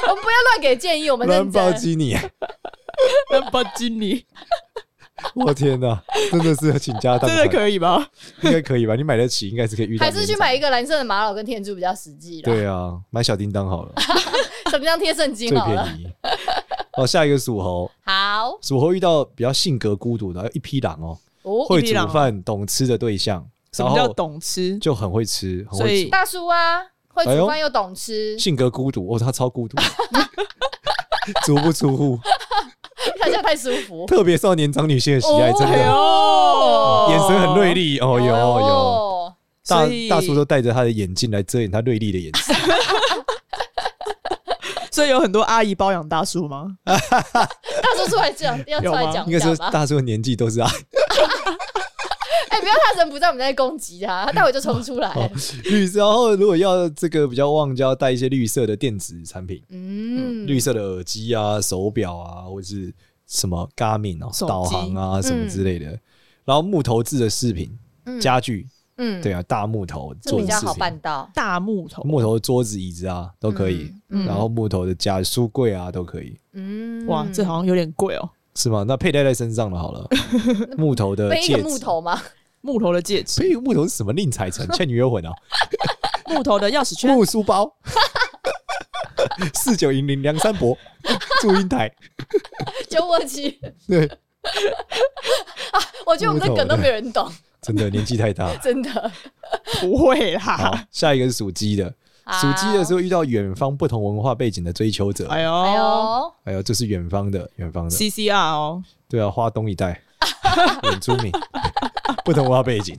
Speaker 3: 我们不要乱给建议，我们
Speaker 1: 蓝
Speaker 3: 认
Speaker 1: 包
Speaker 3: 真。
Speaker 1: 基尼。
Speaker 2: 兰博基 尼
Speaker 1: 我天哪，真的是倾家荡
Speaker 2: 真的
Speaker 1: 产，
Speaker 2: 可以吗？
Speaker 1: 应该可以吧？你买得起，应该是可以遇到。
Speaker 3: 还是去买？一个蓝色的玛瑙跟天珠比较实际了。
Speaker 1: 对啊，买小叮 当好了，
Speaker 3: 什么样贴圣
Speaker 1: 最
Speaker 3: 经好了？
Speaker 1: 便宜。哦，下一个属猴，
Speaker 3: 好
Speaker 1: 属猴遇到比较性格孤独的一匹狼哦，
Speaker 3: 哦，
Speaker 1: 会
Speaker 2: 一匹
Speaker 1: 煮
Speaker 2: 狼哦
Speaker 1: 饭、懂吃的对象，
Speaker 2: 什
Speaker 1: 然
Speaker 2: 么叫
Speaker 1: 后
Speaker 2: 懂吃？
Speaker 1: 就很会吃，很
Speaker 2: 所
Speaker 1: 会
Speaker 2: 以
Speaker 1: 煮，
Speaker 3: 大叔啊，会
Speaker 1: 哎
Speaker 3: 煮
Speaker 1: 呦
Speaker 3: 饭又懂吃，
Speaker 1: 性格孤独哦，他超孤独， 足不出户，
Speaker 3: 看起来太舒服。
Speaker 1: 特别受年长女性的喜爱，真
Speaker 2: 哎
Speaker 1: 的，
Speaker 2: 呦，
Speaker 1: 眼神很锐，利 哦，有有，
Speaker 3: 哦
Speaker 1: 大
Speaker 2: 所以
Speaker 1: 大叔都戴着他的眼镜来遮掩他锐利的眼 睛，
Speaker 2: 所以有很多阿姨包养大叔吗？
Speaker 3: 大叔出来讲，要出来讲
Speaker 1: 应该说
Speaker 3: 讲吧。
Speaker 1: 大叔的年纪都是啊，
Speaker 3: 哎，不要他人不在，我们在攻击他，他待会就冲出
Speaker 1: 哦
Speaker 3: 来。
Speaker 1: 绿色，然后如果要这个比较旺，就要带一些绿色的电子产品，
Speaker 3: 嗯，
Speaker 1: 绿色的耳机啊、手表啊，或是什么 Garmin 哦、
Speaker 2: 手机
Speaker 1: 导航啊什么之类的。然后木头制的饰品、
Speaker 3: 嗯
Speaker 1: 家具，
Speaker 3: 嗯，
Speaker 1: 对啊，大木头
Speaker 3: 这
Speaker 1: 做
Speaker 3: 比
Speaker 1: 的
Speaker 3: 较
Speaker 1: 饰
Speaker 3: 好
Speaker 1: 品
Speaker 3: 办，到。
Speaker 2: 大木头，
Speaker 1: 木头的桌子、椅子啊都可以。
Speaker 3: 嗯嗯
Speaker 1: 然后木头的家书柜啊都可以，
Speaker 3: 嗯，
Speaker 2: 哇，这好像有点贵哦。
Speaker 1: 是吗？那佩戴在身上了，好了，木头的
Speaker 3: 背一
Speaker 1: 呃戒
Speaker 3: 个
Speaker 1: 指，
Speaker 3: 木 头吗？
Speaker 2: 木头的戒指，
Speaker 1: 所以木头是什么令 彩成？倩女幽魂啊，
Speaker 2: 木头的钥匙圈，
Speaker 1: 木书包，四九零零梁山伯，祝英台。
Speaker 3: 就握起。
Speaker 1: 对，
Speaker 3: 我觉得我们的梗都没有人懂，
Speaker 1: 真的年纪太大。
Speaker 3: 真的。
Speaker 2: 不会
Speaker 1: 好
Speaker 2: 啦。，
Speaker 1: 下一个是属鸡的， 属鸡的时
Speaker 3: 候，
Speaker 1: 候遇到远方不同文化背景的追求者，
Speaker 2: 哎
Speaker 3: 哎
Speaker 2: 呦
Speaker 3: 呦，
Speaker 1: 哎呦，这是远方的，远方的，
Speaker 2: ，CCR 哦，
Speaker 1: 对啊，花东 一带原住民，不同文化背景，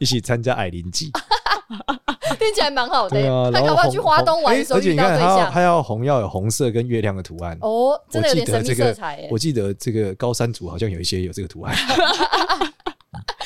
Speaker 1: 一起参加矮灵 祭，
Speaker 3: 哎听起来蛮好的
Speaker 1: 对
Speaker 3: 耶。
Speaker 1: 啊，
Speaker 3: 他
Speaker 1: 然
Speaker 3: 搞
Speaker 1: 后
Speaker 3: 不好
Speaker 1: 红
Speaker 3: 去花东玩的时
Speaker 1: 哎
Speaker 3: 候
Speaker 1: 而且
Speaker 3: 遇
Speaker 1: 你
Speaker 3: 到
Speaker 1: 看，
Speaker 3: 对
Speaker 1: 它要它
Speaker 3: 象。
Speaker 1: 要红要有红色跟月亮的图案，
Speaker 3: 哦，真的有
Speaker 1: 我记
Speaker 3: 点
Speaker 1: 得
Speaker 3: 神秘
Speaker 1: 这
Speaker 3: 色
Speaker 1: 个
Speaker 3: 彩耶，
Speaker 1: 我。记得这个高山族好像有一些有这个 图案，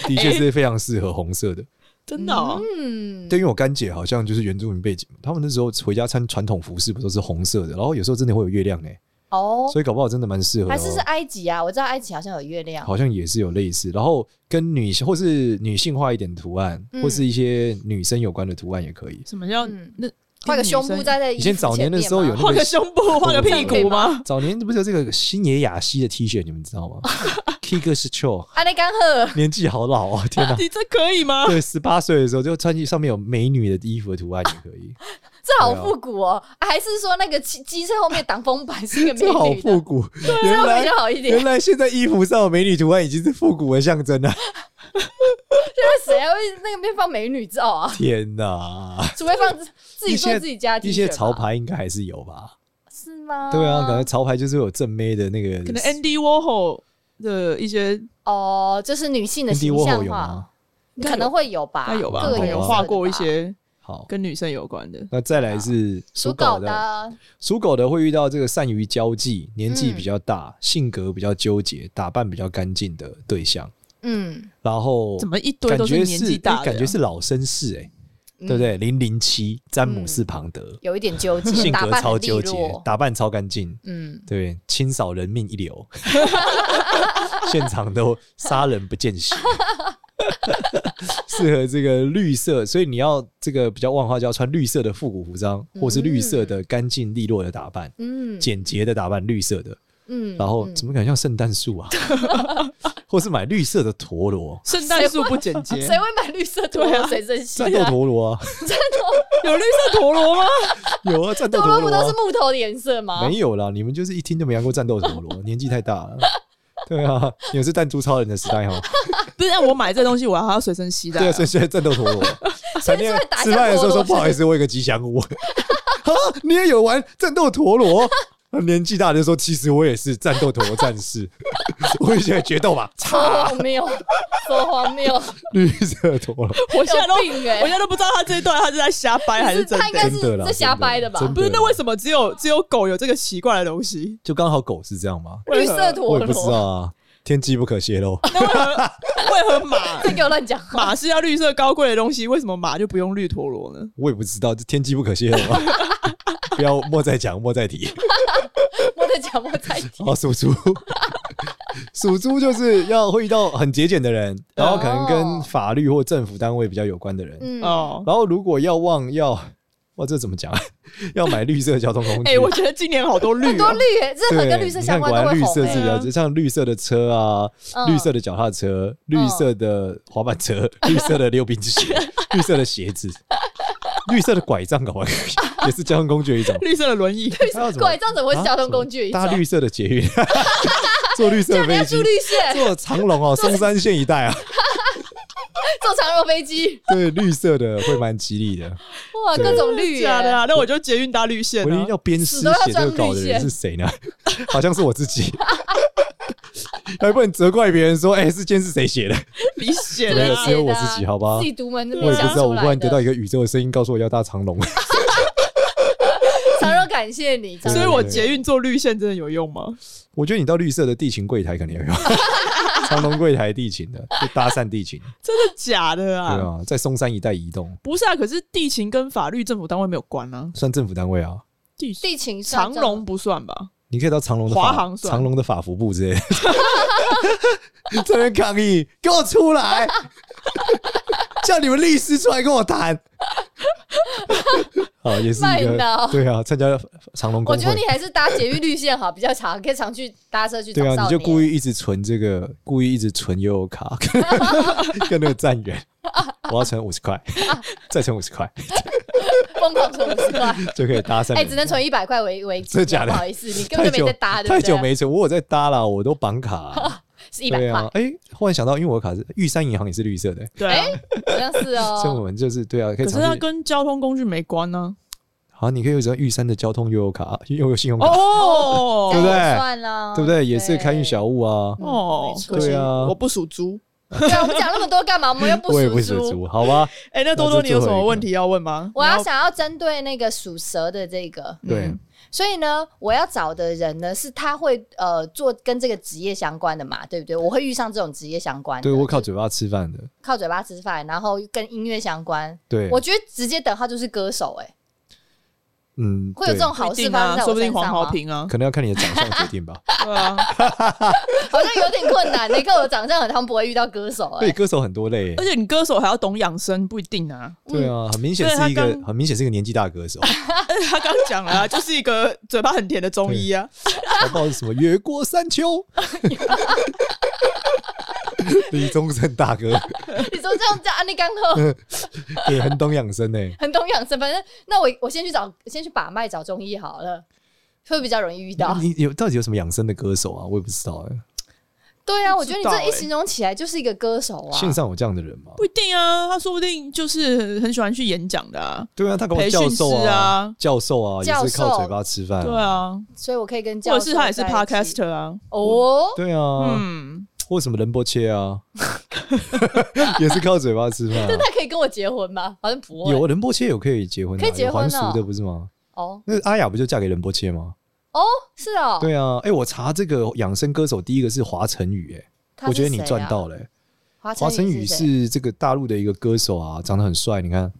Speaker 1: 的确是非常适合红色的。
Speaker 2: 真的哦，
Speaker 3: 嗯，
Speaker 1: 对，因为我干姐好像就是原住民背景，他们那时候回家穿传统服饰不都是红色的，然后有时候真的会有月亮呢、
Speaker 3: 哦，
Speaker 1: 所以搞不好真的蛮适合的、
Speaker 3: 还是是
Speaker 1: 哦。
Speaker 3: 埃及啊？我知道埃及好像有月亮。
Speaker 1: 好像也是有类似，然后跟女性或是女性化一点的图案，
Speaker 3: 嗯
Speaker 1: 或是一些女生有关的图案也可以。
Speaker 2: 什么叫
Speaker 3: 嗯
Speaker 2: 那
Speaker 3: 画个胸部
Speaker 2: 女生
Speaker 3: 在在
Speaker 1: 以
Speaker 3: 衣
Speaker 1: 前
Speaker 3: 服
Speaker 1: 早年
Speaker 3: 前
Speaker 1: 的
Speaker 3: 面
Speaker 1: 时候有
Speaker 3: 吗
Speaker 1: 那
Speaker 2: 画
Speaker 1: 个
Speaker 2: 个胸部， 画个屁股吗？
Speaker 1: 早年不是有这个星野雅希的 T 恤，你们 知道吗？K 哥是 Cho，
Speaker 3: 阿内甘 赫，
Speaker 1: 年纪好老啊、天哪！
Speaker 2: 你这可以
Speaker 3: 啊
Speaker 2: 吗？
Speaker 1: 对，十八岁的时候就穿起上面有美女的衣服的图案也可 以，
Speaker 3: 这好
Speaker 1: 对啊
Speaker 3: 复古哦。还是说那个机机车后面挡风板是一个
Speaker 1: 这好
Speaker 3: 美女
Speaker 1: 复
Speaker 3: 的？
Speaker 1: 古。原
Speaker 3: 啊这
Speaker 1: 来
Speaker 3: 比较好一点
Speaker 1: 原。来现在衣服上有美女图案已经是复古的象征啊 了。
Speaker 3: 那谁还会那个边放美女照啊？
Speaker 1: 天哪！
Speaker 3: 除非放自自己
Speaker 1: 一
Speaker 3: 做
Speaker 1: 些
Speaker 3: 自己家的 T 恤
Speaker 1: 一些
Speaker 3: 吧
Speaker 1: 潮牌应该还是有吧？
Speaker 3: 是吗？
Speaker 1: 对啊，感觉潮牌就是有正妹的那个，
Speaker 2: 可能
Speaker 3: 哎
Speaker 2: Andy Warhol 的一些
Speaker 3: 哦，就是女性的
Speaker 1: Andy
Speaker 3: 形象
Speaker 1: Warhol 有
Speaker 3: 化
Speaker 1: 吗？，
Speaker 2: 应该有
Speaker 3: 可能会有吧，
Speaker 2: 应该有吧，
Speaker 3: 啊各
Speaker 2: 可
Speaker 3: 个
Speaker 2: 能
Speaker 3: 颜
Speaker 2: 有
Speaker 3: 色
Speaker 2: 画过
Speaker 3: 的
Speaker 2: 一
Speaker 3: 吧。
Speaker 2: 些
Speaker 1: 好，
Speaker 2: 跟女生有关的，
Speaker 1: 那再来是属
Speaker 3: 啊属
Speaker 1: 狗
Speaker 3: 狗
Speaker 1: 的，
Speaker 3: 的，
Speaker 1: 属狗的会遇到这个善于交际、年
Speaker 3: 嗯
Speaker 1: 纪比较大、性格比较纠结、打扮比较干净的对象，
Speaker 3: 嗯，
Speaker 1: 然后
Speaker 2: 怎么一堆
Speaker 1: 感
Speaker 2: 都
Speaker 1: 觉
Speaker 2: 年纪
Speaker 1: 是哎
Speaker 2: 大的啊、
Speaker 1: 感觉是老绅士哎、
Speaker 3: 嗯
Speaker 1: 对不对？零零七詹姆斯庞德，
Speaker 3: 有一点纠结，
Speaker 1: 性
Speaker 3: 打
Speaker 1: 格
Speaker 3: 扮
Speaker 1: 超
Speaker 3: 很利
Speaker 1: 纠结，
Speaker 3: 落，
Speaker 1: 打扮超干净，
Speaker 3: 嗯，
Speaker 1: 对，清扫人命一流，现场都杀人不见血， 适合这个绿色，所以你要这个比较万花，就要穿绿色的复古服装，或是绿色的干净利落的打扮，
Speaker 3: 嗯
Speaker 1: 简洁的打扮，绿色的，
Speaker 3: 嗯，
Speaker 1: 然后怎么感觉像圣诞树啊， 或是买绿色的陀螺，
Speaker 2: 圣诞树不简洁，
Speaker 3: 谁会买绿色 陀
Speaker 2: 对
Speaker 3: 螺？
Speaker 2: 啊
Speaker 3: 谁珍惜
Speaker 1: 战斗
Speaker 3: 啊？
Speaker 1: 陀螺啊，
Speaker 2: 有绿色陀螺吗？
Speaker 1: 有啊，战斗
Speaker 3: 陀
Speaker 1: 陀
Speaker 3: 螺不
Speaker 1: 螺
Speaker 3: 都
Speaker 1: 啊
Speaker 3: 是，木头的颜色吗？
Speaker 1: 没有啦，你们就是一听就没玩过战斗陀 螺，年纪太大了。对啊，你们是弹珠超人的时代 哦。
Speaker 2: 不是，那我买这东西我还要随身携带
Speaker 1: 对
Speaker 2: 啊、
Speaker 1: 啊，所以现在战斗 陀螺，谈恋爱
Speaker 3: 所以打架
Speaker 1: 吃饭的时候说
Speaker 3: 陀螺是
Speaker 1: 不好意思，我有个吉祥物。 啊，你也有玩战斗陀螺？ 年纪大的就说，其实我也是战斗陀螺战士， 我以前有决斗嘛，
Speaker 3: 多荒谬，多荒谬！
Speaker 1: 绿色陀螺，
Speaker 2: 我现在都
Speaker 3: 有病欸
Speaker 2: 我现在都不知道他这一段他是在瞎掰还是真
Speaker 3: 他应
Speaker 2: 的。
Speaker 3: 该
Speaker 1: 真的
Speaker 3: 是
Speaker 1: 啦
Speaker 3: 是瞎掰的吧？
Speaker 1: 真的
Speaker 2: 不是，那为什么只有只有狗有这个奇怪的东 西？
Speaker 1: 就刚好狗是这样吗？
Speaker 2: 为
Speaker 3: 绿
Speaker 2: 何
Speaker 3: 色陀
Speaker 1: 我也不知道
Speaker 3: 螺，
Speaker 1: 啊，天机不可泄露。
Speaker 2: 那为何为何马
Speaker 3: 这给我乱讲话。
Speaker 2: 马是要绿色高贵的东西，为什么马就不用绿陀螺呢？
Speaker 1: 我也不知道，这天机不可泄露 啊。不要莫再讲，莫再提。
Speaker 3: 我在讲，我在 听。
Speaker 1: 哦，属猪，属猪就是要会遇到很节俭的人，然后可能跟
Speaker 3: 哦
Speaker 1: 法律或政府单位比较有关的人。
Speaker 3: 嗯，
Speaker 2: 哦，
Speaker 1: 然后如果要忘要，哇，这怎么讲啊？ 要买绿色交通工具。
Speaker 2: 哎、我觉得今年好多绿、
Speaker 3: 很
Speaker 2: 哦
Speaker 3: 多绿耶，任何
Speaker 1: 对，
Speaker 3: 跟绿色相关
Speaker 1: 你
Speaker 3: 都会
Speaker 1: 看果然绿
Speaker 3: 红
Speaker 1: 色是
Speaker 3: 耶
Speaker 1: 比较
Speaker 2: 对啊
Speaker 1: 像绿色的车啊，
Speaker 3: 嗯
Speaker 1: 绿色的脚踏车，绿色的滑板车，
Speaker 3: 嗯
Speaker 1: 绿色的溜冰鞋，绿色的鞋子，绿色的拐杖，搞不好可以 也是交通工具的一种。
Speaker 2: 绿色的轮 椅，
Speaker 1: 还有什么
Speaker 3: 拐杖怎么会是交通工具？
Speaker 1: 搭绿色的捷运， 坐绿色的飞
Speaker 3: 要
Speaker 1: 机
Speaker 3: 住，绿线，
Speaker 1: 坐长龙哦，松山县一带 啊，
Speaker 3: 坐长荣飞 机，
Speaker 1: 对，绿色的会蛮吉利的。
Speaker 3: 哇，
Speaker 1: 对
Speaker 3: 各种绿耶，
Speaker 2: 假的啊！那我就捷运搭绿线、
Speaker 1: 我一
Speaker 2: 啊
Speaker 1: 定，要鞭尸写这个稿的人是谁呢？好像是我自己， 还不能责怪别人说，哎、是件是谁写的？
Speaker 2: 鼻血
Speaker 1: 没有
Speaker 2: 的、
Speaker 1: 只有
Speaker 2: 啊。
Speaker 1: 我自己好吧
Speaker 3: 自己独门那
Speaker 1: 我也
Speaker 3: 边
Speaker 1: 不
Speaker 3: 想
Speaker 1: 知道，
Speaker 3: 出
Speaker 1: 我
Speaker 3: 来
Speaker 1: 忽然得到
Speaker 3: 的。
Speaker 1: 一个宇宙的声音，告诉我要搭长 龙。
Speaker 3: 长荣感谢你，长
Speaker 2: 所
Speaker 3: 荣
Speaker 1: 啊
Speaker 2: 以我捷运坐绿线真的有用吗？
Speaker 1: 我觉得你到绿色的地勤柜台肯定有 用，长龙柜台地勤的，就搭讪地勤，
Speaker 2: 真的假的
Speaker 1: 对
Speaker 2: 啊？
Speaker 1: 啊，在松山一带移动，
Speaker 2: 不是啊，可是地勤跟法律、政府单位没有关啊。
Speaker 1: 算政府单位啊。
Speaker 2: 地
Speaker 3: 地勤上
Speaker 2: 长隆不算吧？
Speaker 1: 你可以到长隆的
Speaker 2: 华
Speaker 1: 法
Speaker 2: 航算
Speaker 1: 长隆的法服部之类的， 这边抗议，给我出来！ 叫你们律师出来跟我谈。 好，也是一
Speaker 3: 卖
Speaker 1: 个
Speaker 3: 脑
Speaker 1: 对啊，参加长隆
Speaker 3: 我
Speaker 1: 工
Speaker 3: 觉得
Speaker 1: 会
Speaker 3: 你，还是搭捷运绿线好，比较长，可以常去搭车去找
Speaker 1: 对啊，
Speaker 3: 少
Speaker 1: 你就
Speaker 3: 年
Speaker 1: 故意一直存这个，故意一直存悠悠卡，跟跟那 个站员，我要存五 十块，再存五十块
Speaker 3: 疯狂存五十 块，
Speaker 1: 就可以搭讪。
Speaker 3: 哎，只能存一百块为为止，
Speaker 1: 真的假的
Speaker 3: 不好意思，你根本
Speaker 1: 太
Speaker 3: 就
Speaker 1: 久
Speaker 3: 没在搭，对
Speaker 1: 太
Speaker 3: 不
Speaker 1: 久
Speaker 3: 对？啊
Speaker 1: 没存，我有在搭啦，我都绑卡啊，
Speaker 3: 是 一百
Speaker 1: 对
Speaker 3: 块
Speaker 1: 啊，，哎、忽然想到，因为我的卡是玉山银行也是绿色的、
Speaker 2: 对啊，
Speaker 3: 好像是
Speaker 1: 所以我
Speaker 3: 哦。
Speaker 1: 们就是对啊，可以
Speaker 2: 可
Speaker 1: 尝
Speaker 2: 是它
Speaker 1: 试。
Speaker 2: 跟交通工具没关呢、
Speaker 1: 好，你可以有一张玉山的交通悠游卡，悠游信用卡，
Speaker 2: 哦
Speaker 1: 对不对啊
Speaker 3: 这样也算了，
Speaker 1: 对不对？也是开运小物啊。
Speaker 2: 哦
Speaker 3: 没，错
Speaker 1: 对啊
Speaker 2: 我不属猪。
Speaker 3: 对啊，我们讲那么多干嘛？我们又不
Speaker 1: 我也不
Speaker 3: 属
Speaker 1: 是
Speaker 3: 猪。
Speaker 1: 猪，好吧？
Speaker 2: 哎、那多多，你有什么问题要问吗？
Speaker 3: 我
Speaker 2: 然
Speaker 3: 要
Speaker 2: 后
Speaker 3: 想要针对那个属蛇的这个，
Speaker 1: 对
Speaker 2: 嗯，
Speaker 3: 所以呢，我要找的人呢，是他会呃做跟这个职业相关的嘛，对不对？我会遇上这种职业相关的，
Speaker 1: 对我靠
Speaker 3: 就是
Speaker 1: 嘴巴吃饭的，
Speaker 3: 靠嘴巴吃饭，然后跟音乐相关。
Speaker 1: 对
Speaker 3: 我，觉得直接等号就是歌手、哎，
Speaker 1: 嗯，
Speaker 3: 会有
Speaker 1: 对
Speaker 3: 这种好
Speaker 2: 不一
Speaker 3: 事
Speaker 2: 定
Speaker 3: 发生
Speaker 2: 啊，
Speaker 3: 在
Speaker 2: 说
Speaker 3: 我
Speaker 2: 不定
Speaker 3: 身
Speaker 2: 黄
Speaker 3: 上
Speaker 2: 豪
Speaker 3: 吗？
Speaker 2: 平 啊，
Speaker 1: 可能要看你的长相决定吧。
Speaker 2: 对啊，
Speaker 3: 好像有点困难。你看我长相很，他们不会遇到歌手、
Speaker 1: 对，
Speaker 3: 哎，
Speaker 1: 歌手很多类
Speaker 2: 而，且你歌手还要懂养生，不一定啊。
Speaker 1: 对啊，很明显
Speaker 2: 对他
Speaker 1: 是一个
Speaker 2: 刚
Speaker 1: 很明显是一个年纪大的歌手，
Speaker 2: 而且他刚讲了、 啊，就是一个嘴巴很甜的中医啊。
Speaker 1: 好不好？什么越过山丘，李宗盛大哥，
Speaker 3: 你说这样叫安利干后
Speaker 1: 对，很懂养生欸诶。
Speaker 3: 很懂养生，反正那我我先去找， 先去把脉找中医好了，会比较容易遇到。
Speaker 1: 你有到底有什么养生的歌手啊？我也不知道哎。
Speaker 3: 对啊，
Speaker 2: 不
Speaker 3: 我
Speaker 2: 知
Speaker 3: 觉得你
Speaker 2: 道
Speaker 3: 这
Speaker 1: 欸
Speaker 3: 一
Speaker 2: 哎
Speaker 3: 形容起来就是一个歌手啊。
Speaker 1: 线上有这样的人吗？
Speaker 2: 不一定啊，他说不定就是很喜欢去演讲的啊。
Speaker 1: 对啊，他搞不好
Speaker 2: 培
Speaker 1: 教
Speaker 2: 训
Speaker 1: 授
Speaker 2: 师啊
Speaker 1: 教授啊，也
Speaker 3: 教
Speaker 1: 是靠
Speaker 3: 授
Speaker 1: 嘴巴吃饭、
Speaker 2: 对，啊，
Speaker 3: 所以我可以跟教
Speaker 2: 或者
Speaker 3: 授
Speaker 2: 是他也是
Speaker 3: 在一起
Speaker 2: podcaster 啊。
Speaker 3: 哦，
Speaker 1: 对啊，
Speaker 2: 嗯，
Speaker 1: 或什么仁波切 啊，也是靠嘴巴吃饭、啊。
Speaker 3: 那可以跟我结婚吗？好像不会。
Speaker 1: 有仁波切有可以结婚、啊，
Speaker 3: 可以结
Speaker 1: 有还
Speaker 3: 婚哦
Speaker 1: 俗的不是吗？
Speaker 3: 哦
Speaker 1: 那阿雅不就嫁给仁波切吗？
Speaker 3: 哦，是哦。
Speaker 1: 对啊，哎、我查这个养生歌手，第一个是华晨宇、哎、
Speaker 3: 他是
Speaker 1: 我觉得你
Speaker 3: 谁啊
Speaker 1: 赚到了、哎
Speaker 3: 华
Speaker 1: 华晨宇
Speaker 3: 谁
Speaker 1: 是这个大陆的一个歌手啊，长得很帅，你看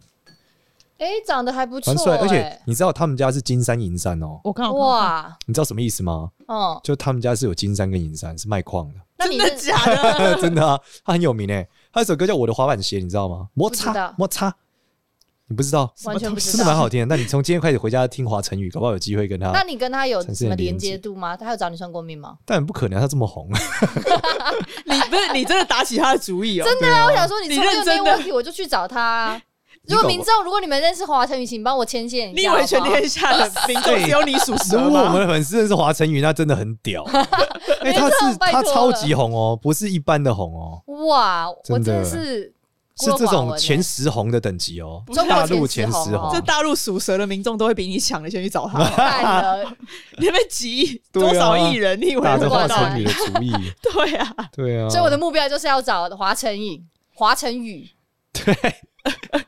Speaker 3: 哎，长得还不错
Speaker 1: 蛮，帅，而且
Speaker 3: 哎
Speaker 1: 你知道他们家是金山银山哦，
Speaker 2: 我看到哇，
Speaker 3: 哇，
Speaker 1: 你知道什么意思吗？
Speaker 3: 嗯，
Speaker 1: 就他们家是有金山跟银山，是卖矿的，
Speaker 3: 那
Speaker 2: 真
Speaker 3: 你
Speaker 2: 的
Speaker 3: 是
Speaker 2: 假的？
Speaker 1: 真的啊，他很有名诶、他有首歌叫《我的滑板鞋》，你知道吗？摩
Speaker 3: 不知
Speaker 1: 擦
Speaker 3: 道
Speaker 1: 摩擦，你不知道，
Speaker 3: 完全不知道
Speaker 1: 真的蛮好听的。那你从今天开始回家听华晨宇，搞不好有机会跟他，
Speaker 3: 那你跟他有
Speaker 1: 陈思
Speaker 3: 什
Speaker 1: 远
Speaker 3: 么
Speaker 1: 连
Speaker 3: 连接
Speaker 1: 接
Speaker 3: 度吗？他有找你算过命吗？
Speaker 1: 但不可能，他这么红，
Speaker 2: 你不是你真的打起他的主意哦？
Speaker 3: 真的啊，我想说你
Speaker 2: 你
Speaker 3: 从来
Speaker 2: 认
Speaker 3: 有
Speaker 2: 真
Speaker 3: 那
Speaker 2: 的
Speaker 3: 问题，我就去找他啊。
Speaker 1: 你
Speaker 3: 如果
Speaker 1: 搞
Speaker 3: 民
Speaker 1: 不
Speaker 3: 众，如果你们认识华晨宇，请帮我牵线一
Speaker 2: 你以
Speaker 3: 下好不
Speaker 2: 为
Speaker 3: 好。
Speaker 2: 全天下的民众只有你属
Speaker 1: 如
Speaker 2: 蛇
Speaker 1: 果我们
Speaker 2: 吗？
Speaker 1: 的粉丝认识华晨宇，那真的很 屌。哎、他
Speaker 3: 真
Speaker 1: 是
Speaker 3: 的拜
Speaker 1: 他
Speaker 3: 托
Speaker 1: 超
Speaker 3: 了
Speaker 1: 级红哦，不是一般的红哦，
Speaker 3: 哇，我
Speaker 1: 真
Speaker 3: 真
Speaker 1: 的
Speaker 3: 的是孤
Speaker 1: 是
Speaker 3: 陋
Speaker 1: 这
Speaker 3: 寡
Speaker 1: 种
Speaker 3: 闻欸
Speaker 1: 前十红的等级哦，
Speaker 2: 不是
Speaker 3: 中
Speaker 1: 大
Speaker 3: 国
Speaker 1: 陆前
Speaker 3: 前
Speaker 1: 十
Speaker 3: 十
Speaker 1: 红
Speaker 3: 红
Speaker 2: 这
Speaker 3: 哦，
Speaker 2: 大陆属蛇的民众都会比你抢的先去找 他，
Speaker 3: 干了，
Speaker 2: 你那边急
Speaker 1: 对啊
Speaker 2: 多少亿人？你以为
Speaker 1: 打着
Speaker 2: 不管
Speaker 1: 华
Speaker 2: 到
Speaker 1: 晨宇的主意，
Speaker 2: 对啊，
Speaker 1: 对啊。
Speaker 3: 所以我的目标就是要找华晨宇，华晨宇。对，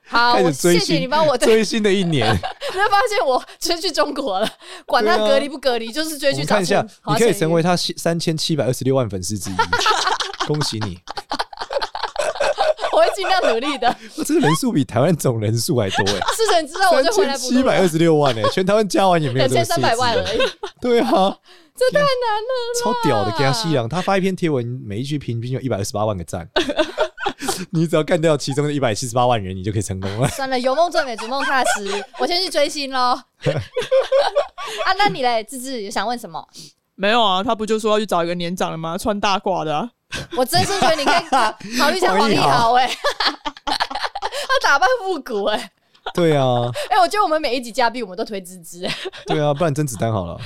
Speaker 3: 好，
Speaker 1: 开
Speaker 3: 我
Speaker 1: 始追
Speaker 3: 谢谢
Speaker 1: 星
Speaker 3: 你帮我。对，
Speaker 1: 追新的一 年，
Speaker 3: 你会发现我追去中国 了，管他
Speaker 1: 对啊
Speaker 3: 隔离不隔离，就是追
Speaker 1: 啊我
Speaker 3: 去
Speaker 1: 们
Speaker 3: 找
Speaker 1: 看一下，
Speaker 3: 华晨
Speaker 1: 你可
Speaker 3: 宇
Speaker 1: 以成为他三千七百二十六万粉丝之一，恭喜你！
Speaker 3: 我会尽量努力 的。
Speaker 1: 哇这个人数比台湾总人数还多 哎、
Speaker 3: 世成知道我就回来
Speaker 1: 三千
Speaker 3: 不
Speaker 1: 七百二十六 万哎、全台湾加完也没有
Speaker 3: 两
Speaker 1: 这个
Speaker 3: 千
Speaker 1: 数字
Speaker 3: 三百万而已，
Speaker 1: 对啊，
Speaker 3: 这太难
Speaker 1: 超屌的，给他吸氧。他发一篇贴文，每一句平均有一百二十八万个赞， 你只要干掉其中的一百七十八万人，你就可以成功 了。
Speaker 3: 了。算了，有梦最美，逐梦踏实。我先去追星 喽。啊，那你嘞，志志有想问什么？
Speaker 2: 没有啊，他不就说要去找一个年长的吗？穿大褂的、啊，
Speaker 3: 我真心觉得你可以考虑一下
Speaker 1: 黄
Speaker 3: 黄
Speaker 1: 义
Speaker 3: 立
Speaker 1: 豪
Speaker 3: 豪哎、 他打扮复古哎、欸、
Speaker 1: 对啊，
Speaker 3: 哎、我觉得我们每一集嘉宾我们都推芝芝、欸，
Speaker 1: 对啊，不然甄子丹好了，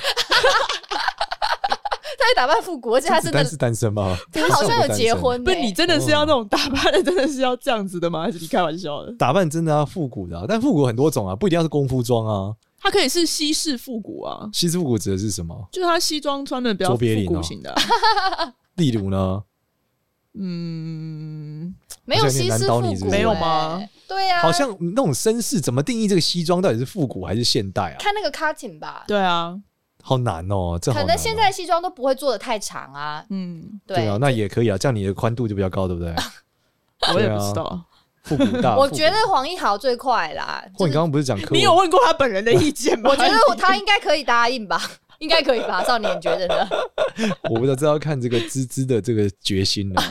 Speaker 3: 他也打扮复古，而且他
Speaker 1: 甄子
Speaker 3: 真
Speaker 1: 丹
Speaker 3: 的
Speaker 1: 是单身吗？
Speaker 3: 他好像有结婚、欸，
Speaker 1: 嗯
Speaker 2: 不是你真的是要那种打扮的，真的是要这样子的吗？还是你开玩笑的？
Speaker 1: 打扮真的要复古的、啊，但复古很多种啊，不一定要是功夫装啊。
Speaker 2: 他可以是西式复古啊，
Speaker 1: 西式复古指的是什么？
Speaker 2: 就是他西装穿的比较
Speaker 1: 卓
Speaker 2: 复
Speaker 1: 别林哦
Speaker 2: 古型的啊、
Speaker 1: 例如呢？
Speaker 2: 嗯，
Speaker 3: 没有
Speaker 1: 好像有
Speaker 3: 西
Speaker 1: 点
Speaker 3: 式复
Speaker 1: 难倒你是
Speaker 3: 古、
Speaker 1: 不
Speaker 3: 欸，
Speaker 1: 是没
Speaker 2: 有吗？
Speaker 3: 对呀、啊，
Speaker 1: 好像那种绅士怎么定义这个西装到底是复古还是现代啊？
Speaker 3: 看那个 cutting 吧，
Speaker 2: 对啊，
Speaker 1: 好难哦，这好
Speaker 3: 可
Speaker 1: 难哦、
Speaker 3: 能现在西装都不会做的太长啊。
Speaker 2: 嗯，
Speaker 3: 对，
Speaker 1: 对啊，那也可以啊，这样你的宽度就比较高，对 不对？
Speaker 2: 我也
Speaker 1: 对啊
Speaker 2: 不知道。
Speaker 1: 复古大，
Speaker 3: 我
Speaker 1: 复古
Speaker 3: 觉得黄一豪最快啦。
Speaker 1: 或
Speaker 3: 就
Speaker 1: 你
Speaker 3: 是
Speaker 1: 刚刚不 是讲柯文
Speaker 2: 你有问过他本人的意见 吗？
Speaker 3: 我觉得他应该可以答应吧，应该可以吧？少年你觉得呢？
Speaker 1: 我不知道，这要看这个芝芝的这个决 心了。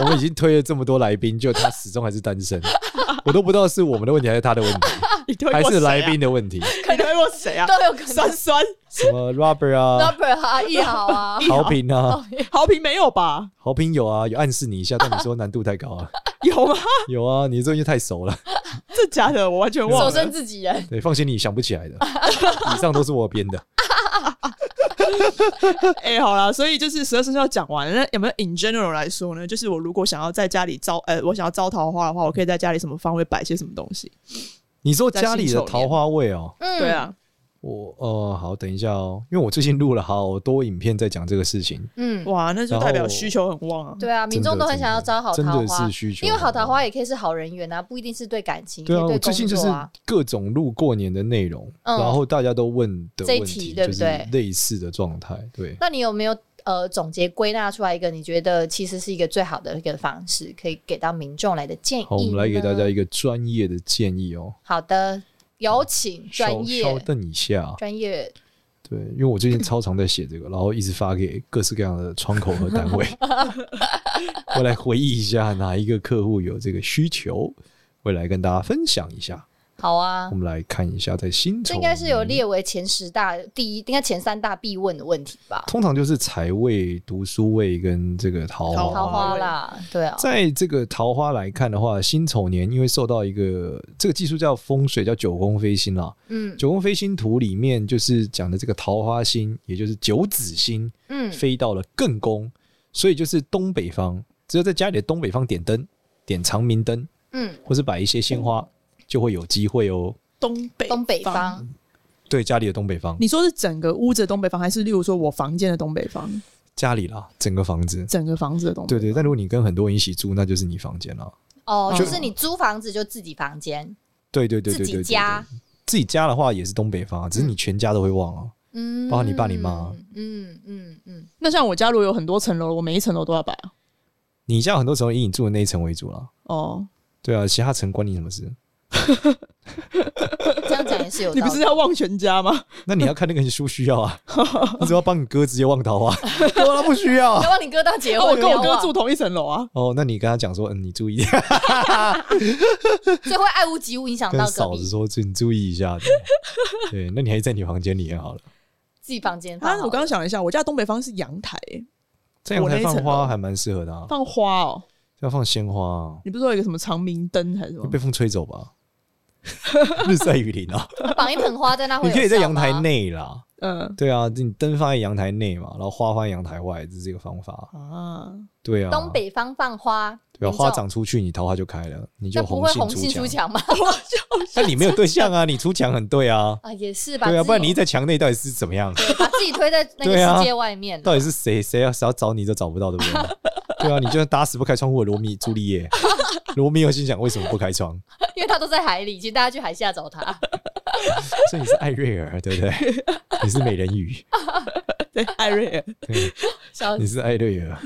Speaker 1: 我们已经推了这么多来宾，就他始终还是单身，我都不知道是我们的问题还是他的 问题，
Speaker 2: 你推
Speaker 1: 还
Speaker 2: 过
Speaker 1: 是
Speaker 2: 谁啊
Speaker 1: 来宾，的问题。
Speaker 2: 你推过谁 啊？
Speaker 3: 都有可
Speaker 2: 酸
Speaker 3: 能。
Speaker 2: 酸，
Speaker 1: 什么 Robert 啊，
Speaker 3: Number 啊，一豪 啊，
Speaker 2: 好
Speaker 1: 好评啊，
Speaker 2: 好评没有吧？
Speaker 1: 好评有啊，有暗示你一下，但你说难度太高啊，
Speaker 2: 有吗？
Speaker 1: 有啊，你最近太熟了，
Speaker 2: 这 假的，我完全忘
Speaker 3: 手
Speaker 2: 了。
Speaker 3: 伸自己人。
Speaker 1: 对，放心，你想不起 来的，以上都是我编的。
Speaker 2: 哎、好啦，所以就是十二生肖讲完了，那有没有 in general 来说呢？就是我如果想要在家里招，呃，我想要招桃花的话，我可以在家里什么方位摆些什么东西？
Speaker 1: 你说家里的桃花味哦、
Speaker 3: 嗯，
Speaker 2: 对，啊，
Speaker 1: 我呃，好，等一下哦，因为我最近录了好多影片在讲这个事情，
Speaker 3: 嗯，
Speaker 2: 哇，那就代
Speaker 1: 然后
Speaker 2: 表需求很旺啊。
Speaker 3: 对啊，民众都很想要招好
Speaker 1: 真
Speaker 3: 桃
Speaker 1: 的
Speaker 3: 花
Speaker 1: 是，需求，
Speaker 3: 因为好桃花也可以是好人缘啊，不一定是对感情，
Speaker 1: 对啊，
Speaker 3: 可以
Speaker 1: 我最
Speaker 3: 对
Speaker 1: 近
Speaker 3: 工
Speaker 1: 就是
Speaker 3: 作啊。
Speaker 1: 各种录过年的内容，
Speaker 3: 嗯
Speaker 1: 然后大家都问的
Speaker 3: 这一
Speaker 1: 问
Speaker 3: 题
Speaker 1: 题，
Speaker 3: 对
Speaker 1: 就
Speaker 3: 不
Speaker 1: 是
Speaker 3: 对
Speaker 1: 类似的状态，对。
Speaker 3: 那你有没有呃总结归纳出来一个你觉得其实是一个最好的一个方式，可以给到民众来的建议？
Speaker 1: 好，我们来给大家。一个专业的建议哦，
Speaker 3: 好的，有请
Speaker 1: 稍
Speaker 3: 专
Speaker 1: 稍
Speaker 3: 业
Speaker 1: 等一下，啊
Speaker 3: 专业
Speaker 1: 对，因为我最近超常在写这个，然后一直发给各式各样的窗口和单 位。我来回忆一下哪一个客户有这个需求，我来跟大家分享一下。
Speaker 3: 好啊
Speaker 1: 我。们来看一下，在薪酬
Speaker 3: 这应该是有
Speaker 1: 里面
Speaker 3: 列为前十大第一，应该前三大必问的问题吧？
Speaker 1: 通常就是财位、读书位跟这个桃
Speaker 2: 桃
Speaker 3: 桃花啦，对啊，
Speaker 1: 在这个桃花来看的话，辛丑年因为受到一个这个技术叫风水，叫九宫飞星啦。
Speaker 3: 嗯
Speaker 1: 九宫飞星图里面就是讲的这个桃花星，也就是九紫星
Speaker 3: 嗯，
Speaker 1: 飞到了艮宫，所以就是东北方，只有在家里的东北方点灯，点长明灯，
Speaker 3: 嗯，
Speaker 1: 或是摆一些鲜花，就会有机会哦。
Speaker 2: 东北
Speaker 3: 东北，方，
Speaker 1: 对，家里的东北方，
Speaker 2: 你说是整个屋子的东北方，还是例如说我房间的东北方？
Speaker 1: 家里啦，整个房子。
Speaker 2: 整个房子的东西。
Speaker 3: 嗯
Speaker 1: 对对，但如果你跟很多人一起住，那就是你房间了。
Speaker 3: 哦，
Speaker 2: 就
Speaker 3: 就是你租房子就自己房间，
Speaker 1: 对对对
Speaker 3: 自
Speaker 1: 对对
Speaker 3: 己
Speaker 1: 对
Speaker 3: 家，
Speaker 1: 自己家的话也是东北方啊，只是你全家都会忘啊。
Speaker 3: 嗯，
Speaker 1: 包括你爸你妈，
Speaker 3: 嗯嗯嗯，
Speaker 2: 那像我家如果有很多层楼，我每一层楼都要摆啊。
Speaker 1: 你家很多时候以你住的那一层为主啦。
Speaker 2: 哦，
Speaker 1: 对啊，其他层关你什么事？
Speaker 3: 这样讲也是有道
Speaker 2: 你
Speaker 3: 理。
Speaker 2: 不是要望全家吗？
Speaker 1: 那你要看那个人需不需 要啊？你只要帮你哥直接忘桃花，我他不需要啊。
Speaker 3: 要帮你哥到结
Speaker 2: 哦，
Speaker 3: 婚，
Speaker 2: 我跟我
Speaker 3: 不要
Speaker 2: 哥
Speaker 3: 忘
Speaker 2: 住，同一层楼啊。
Speaker 1: 哦，那你跟他讲说，嗯，你注意一点，
Speaker 3: 所以会爱屋及乌，影响
Speaker 1: 跟
Speaker 3: 到隔
Speaker 1: 嫂
Speaker 3: 壁
Speaker 1: 子说，这你注意 一下。对，那你还在你房间里面好了。
Speaker 3: 自己房间放好
Speaker 2: 但啊
Speaker 3: 了。
Speaker 2: 是我刚刚想了一下，我家东北方是阳台，欸
Speaker 1: 这阳
Speaker 2: 我
Speaker 1: 台
Speaker 2: 那一
Speaker 1: 放
Speaker 2: 层楼
Speaker 1: 花还蛮适合的啊，
Speaker 2: 放花哦。
Speaker 1: 要放鲜花啊，
Speaker 2: 你不是说有一个什么长明灯还是什
Speaker 1: 会
Speaker 2: 么？
Speaker 1: 被风吹 走吧？日晒雨淋啊，
Speaker 3: 绑一盆花在那会
Speaker 1: 你
Speaker 3: 有
Speaker 1: 可以在
Speaker 3: 效
Speaker 1: 阳台
Speaker 3: 吗，
Speaker 1: 内啦。
Speaker 2: 嗯
Speaker 1: 对啊，你灯放在阳台内嘛，然后花放在阳台外，这是一个方法。
Speaker 2: 啊，
Speaker 1: 对啊，
Speaker 3: 东北方放花，
Speaker 1: 对
Speaker 3: 民
Speaker 1: 啊，
Speaker 3: 众
Speaker 1: 花长出去，你桃花就开了，你
Speaker 3: 那
Speaker 1: 就
Speaker 3: 不会红
Speaker 1: 杏
Speaker 3: 杏出
Speaker 1: 出。
Speaker 3: 墙吗？
Speaker 1: 但你没有对象啊，你出墙很对啊，
Speaker 3: 啊，也是吧，
Speaker 1: 对啊，不然你一直
Speaker 3: 把
Speaker 1: 在墙内到底是怎么样？
Speaker 3: 自己把自己推在那
Speaker 1: 对
Speaker 3: 个
Speaker 1: 啊
Speaker 3: 世界外面了
Speaker 1: 到底是谁谁要谁要找你都找不到，对不对？对啊，你就打死不开窗户的罗密朱丽叶，罗密欧心想为什么不开窗？
Speaker 3: 因为他都在海里，其实大家去海下找他。
Speaker 1: 所以你是艾瑞尔，对不对？你是美人鱼，
Speaker 2: 对，艾瑞尔，
Speaker 1: 对
Speaker 3: 笑
Speaker 1: 你
Speaker 3: 死
Speaker 1: 是艾瑞尔。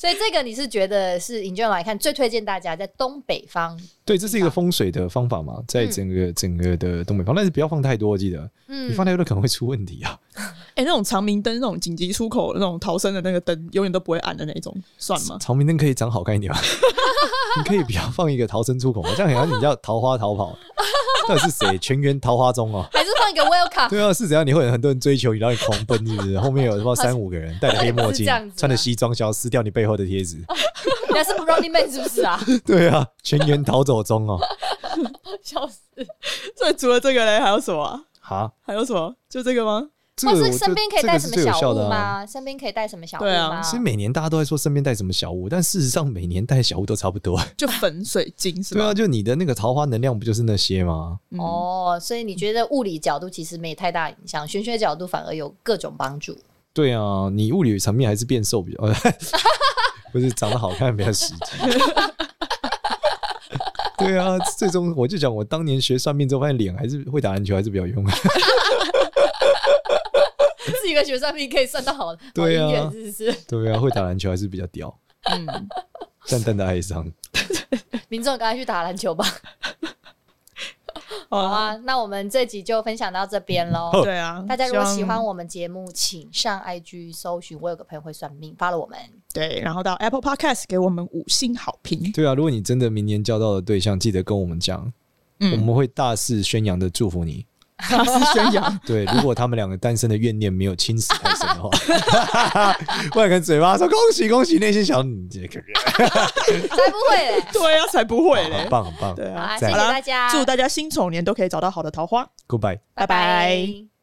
Speaker 3: 所以这个你是觉得是尹娟来看最推荐大家在东北方，
Speaker 1: 对，这是一个风水的方法嘛，在整个整个的东北方，但是不要放太多，记得
Speaker 3: 嗯
Speaker 1: 你放太多可能会出问题啊。
Speaker 2: 哎、那种长明灯，那种紧急出口的那种逃生的那个灯，永远都不会暗的那种，算吗？
Speaker 1: 长明灯可以长好看一点吗？你可以不要放一个逃生出口吗？这样好像你叫桃花逃跑，到底是谁？全员桃花中哦。
Speaker 3: 还是放一个 welcome，
Speaker 1: 对啊，是怎样？你会有很多人追求你，然后你狂奔，是不是？后面有什么三五个人戴着黑墨
Speaker 3: 是
Speaker 1: 镜
Speaker 3: 这样子啊，
Speaker 1: 穿着西装，想要撕掉你背后的贴纸。
Speaker 3: 那是 Running Man 是不是 啊？
Speaker 1: 对啊，全员逃走中哦。
Speaker 3: 笑死！
Speaker 2: 所以除了这个嘞，还有什么啊、
Speaker 1: 哈，
Speaker 2: 还有什么？就这个吗？
Speaker 1: 这
Speaker 3: 或
Speaker 1: 个我
Speaker 3: 是
Speaker 1: 就
Speaker 3: 身边可以
Speaker 1: 这个
Speaker 3: 带
Speaker 1: 是
Speaker 3: 什么
Speaker 1: 最有
Speaker 3: 小
Speaker 1: 效
Speaker 3: 物
Speaker 1: 的啊
Speaker 3: 吗？身边可以带什么小物
Speaker 2: 对啊
Speaker 3: 吗
Speaker 2: 其？
Speaker 1: 其实每年大家都在说身边带什么小物，但事实上每年带小物都差不多。
Speaker 2: 就粉水晶是
Speaker 1: 对
Speaker 2: 吧？
Speaker 1: 啊，就你的那个桃花能量不就是那些吗？
Speaker 2: 嗯，
Speaker 3: 哦，所以你觉得物理角度其实没太大影响，玄学角度反而有各种帮助。
Speaker 1: 对啊，你物理层面还是变瘦比较， 不是长得好看比较实际。 对啊，最终我就讲，我当年学算命之后，发现脸还是会打篮球还是比较有用。
Speaker 3: 自己一个学算命可以算到好好
Speaker 1: 对啊
Speaker 3: 姻缘，是不是？
Speaker 1: 对啊，会打篮球还是比较屌。
Speaker 2: 嗯，
Speaker 1: 淡淡的哀伤，
Speaker 3: 民众赶快去打篮球吧。
Speaker 2: 好
Speaker 3: 好
Speaker 2: 啊，
Speaker 3: 啊，那我们这集就分享到这边喽。
Speaker 1: 好
Speaker 2: 对啊，
Speaker 3: 大家如果喜
Speaker 2: 希
Speaker 3: 欢
Speaker 2: 望
Speaker 3: 我们节目，请上 IG 搜寻“我有个朋友会算命”，发了我们。
Speaker 2: 对，然后到 Apple Podcast 给我们五星好评，
Speaker 1: 对啊，如果你真的明年交到的对象，记得跟我们讲，我
Speaker 2: 嗯，
Speaker 1: 们会大肆宣扬的祝福你。
Speaker 2: 大肆宣 扬，
Speaker 1: 对，如果他们两个单身的怨念没有侵蚀太深的话， 不然跟嘴巴说恭喜恭喜，内心想你这个人，
Speaker 3: 才不会嘞！
Speaker 2: 对啊，才不会
Speaker 1: 很
Speaker 2: 嘞，
Speaker 1: 棒很棒
Speaker 2: 对
Speaker 3: 好
Speaker 2: 啊
Speaker 3: 啊，，
Speaker 1: 再
Speaker 3: 谢谢
Speaker 1: 见
Speaker 2: 好啦
Speaker 3: 大家，
Speaker 2: 祝大家辛丑年都可以找到好的桃花，
Speaker 1: ，Goodbye。
Speaker 2: 拜拜
Speaker 3: 拜拜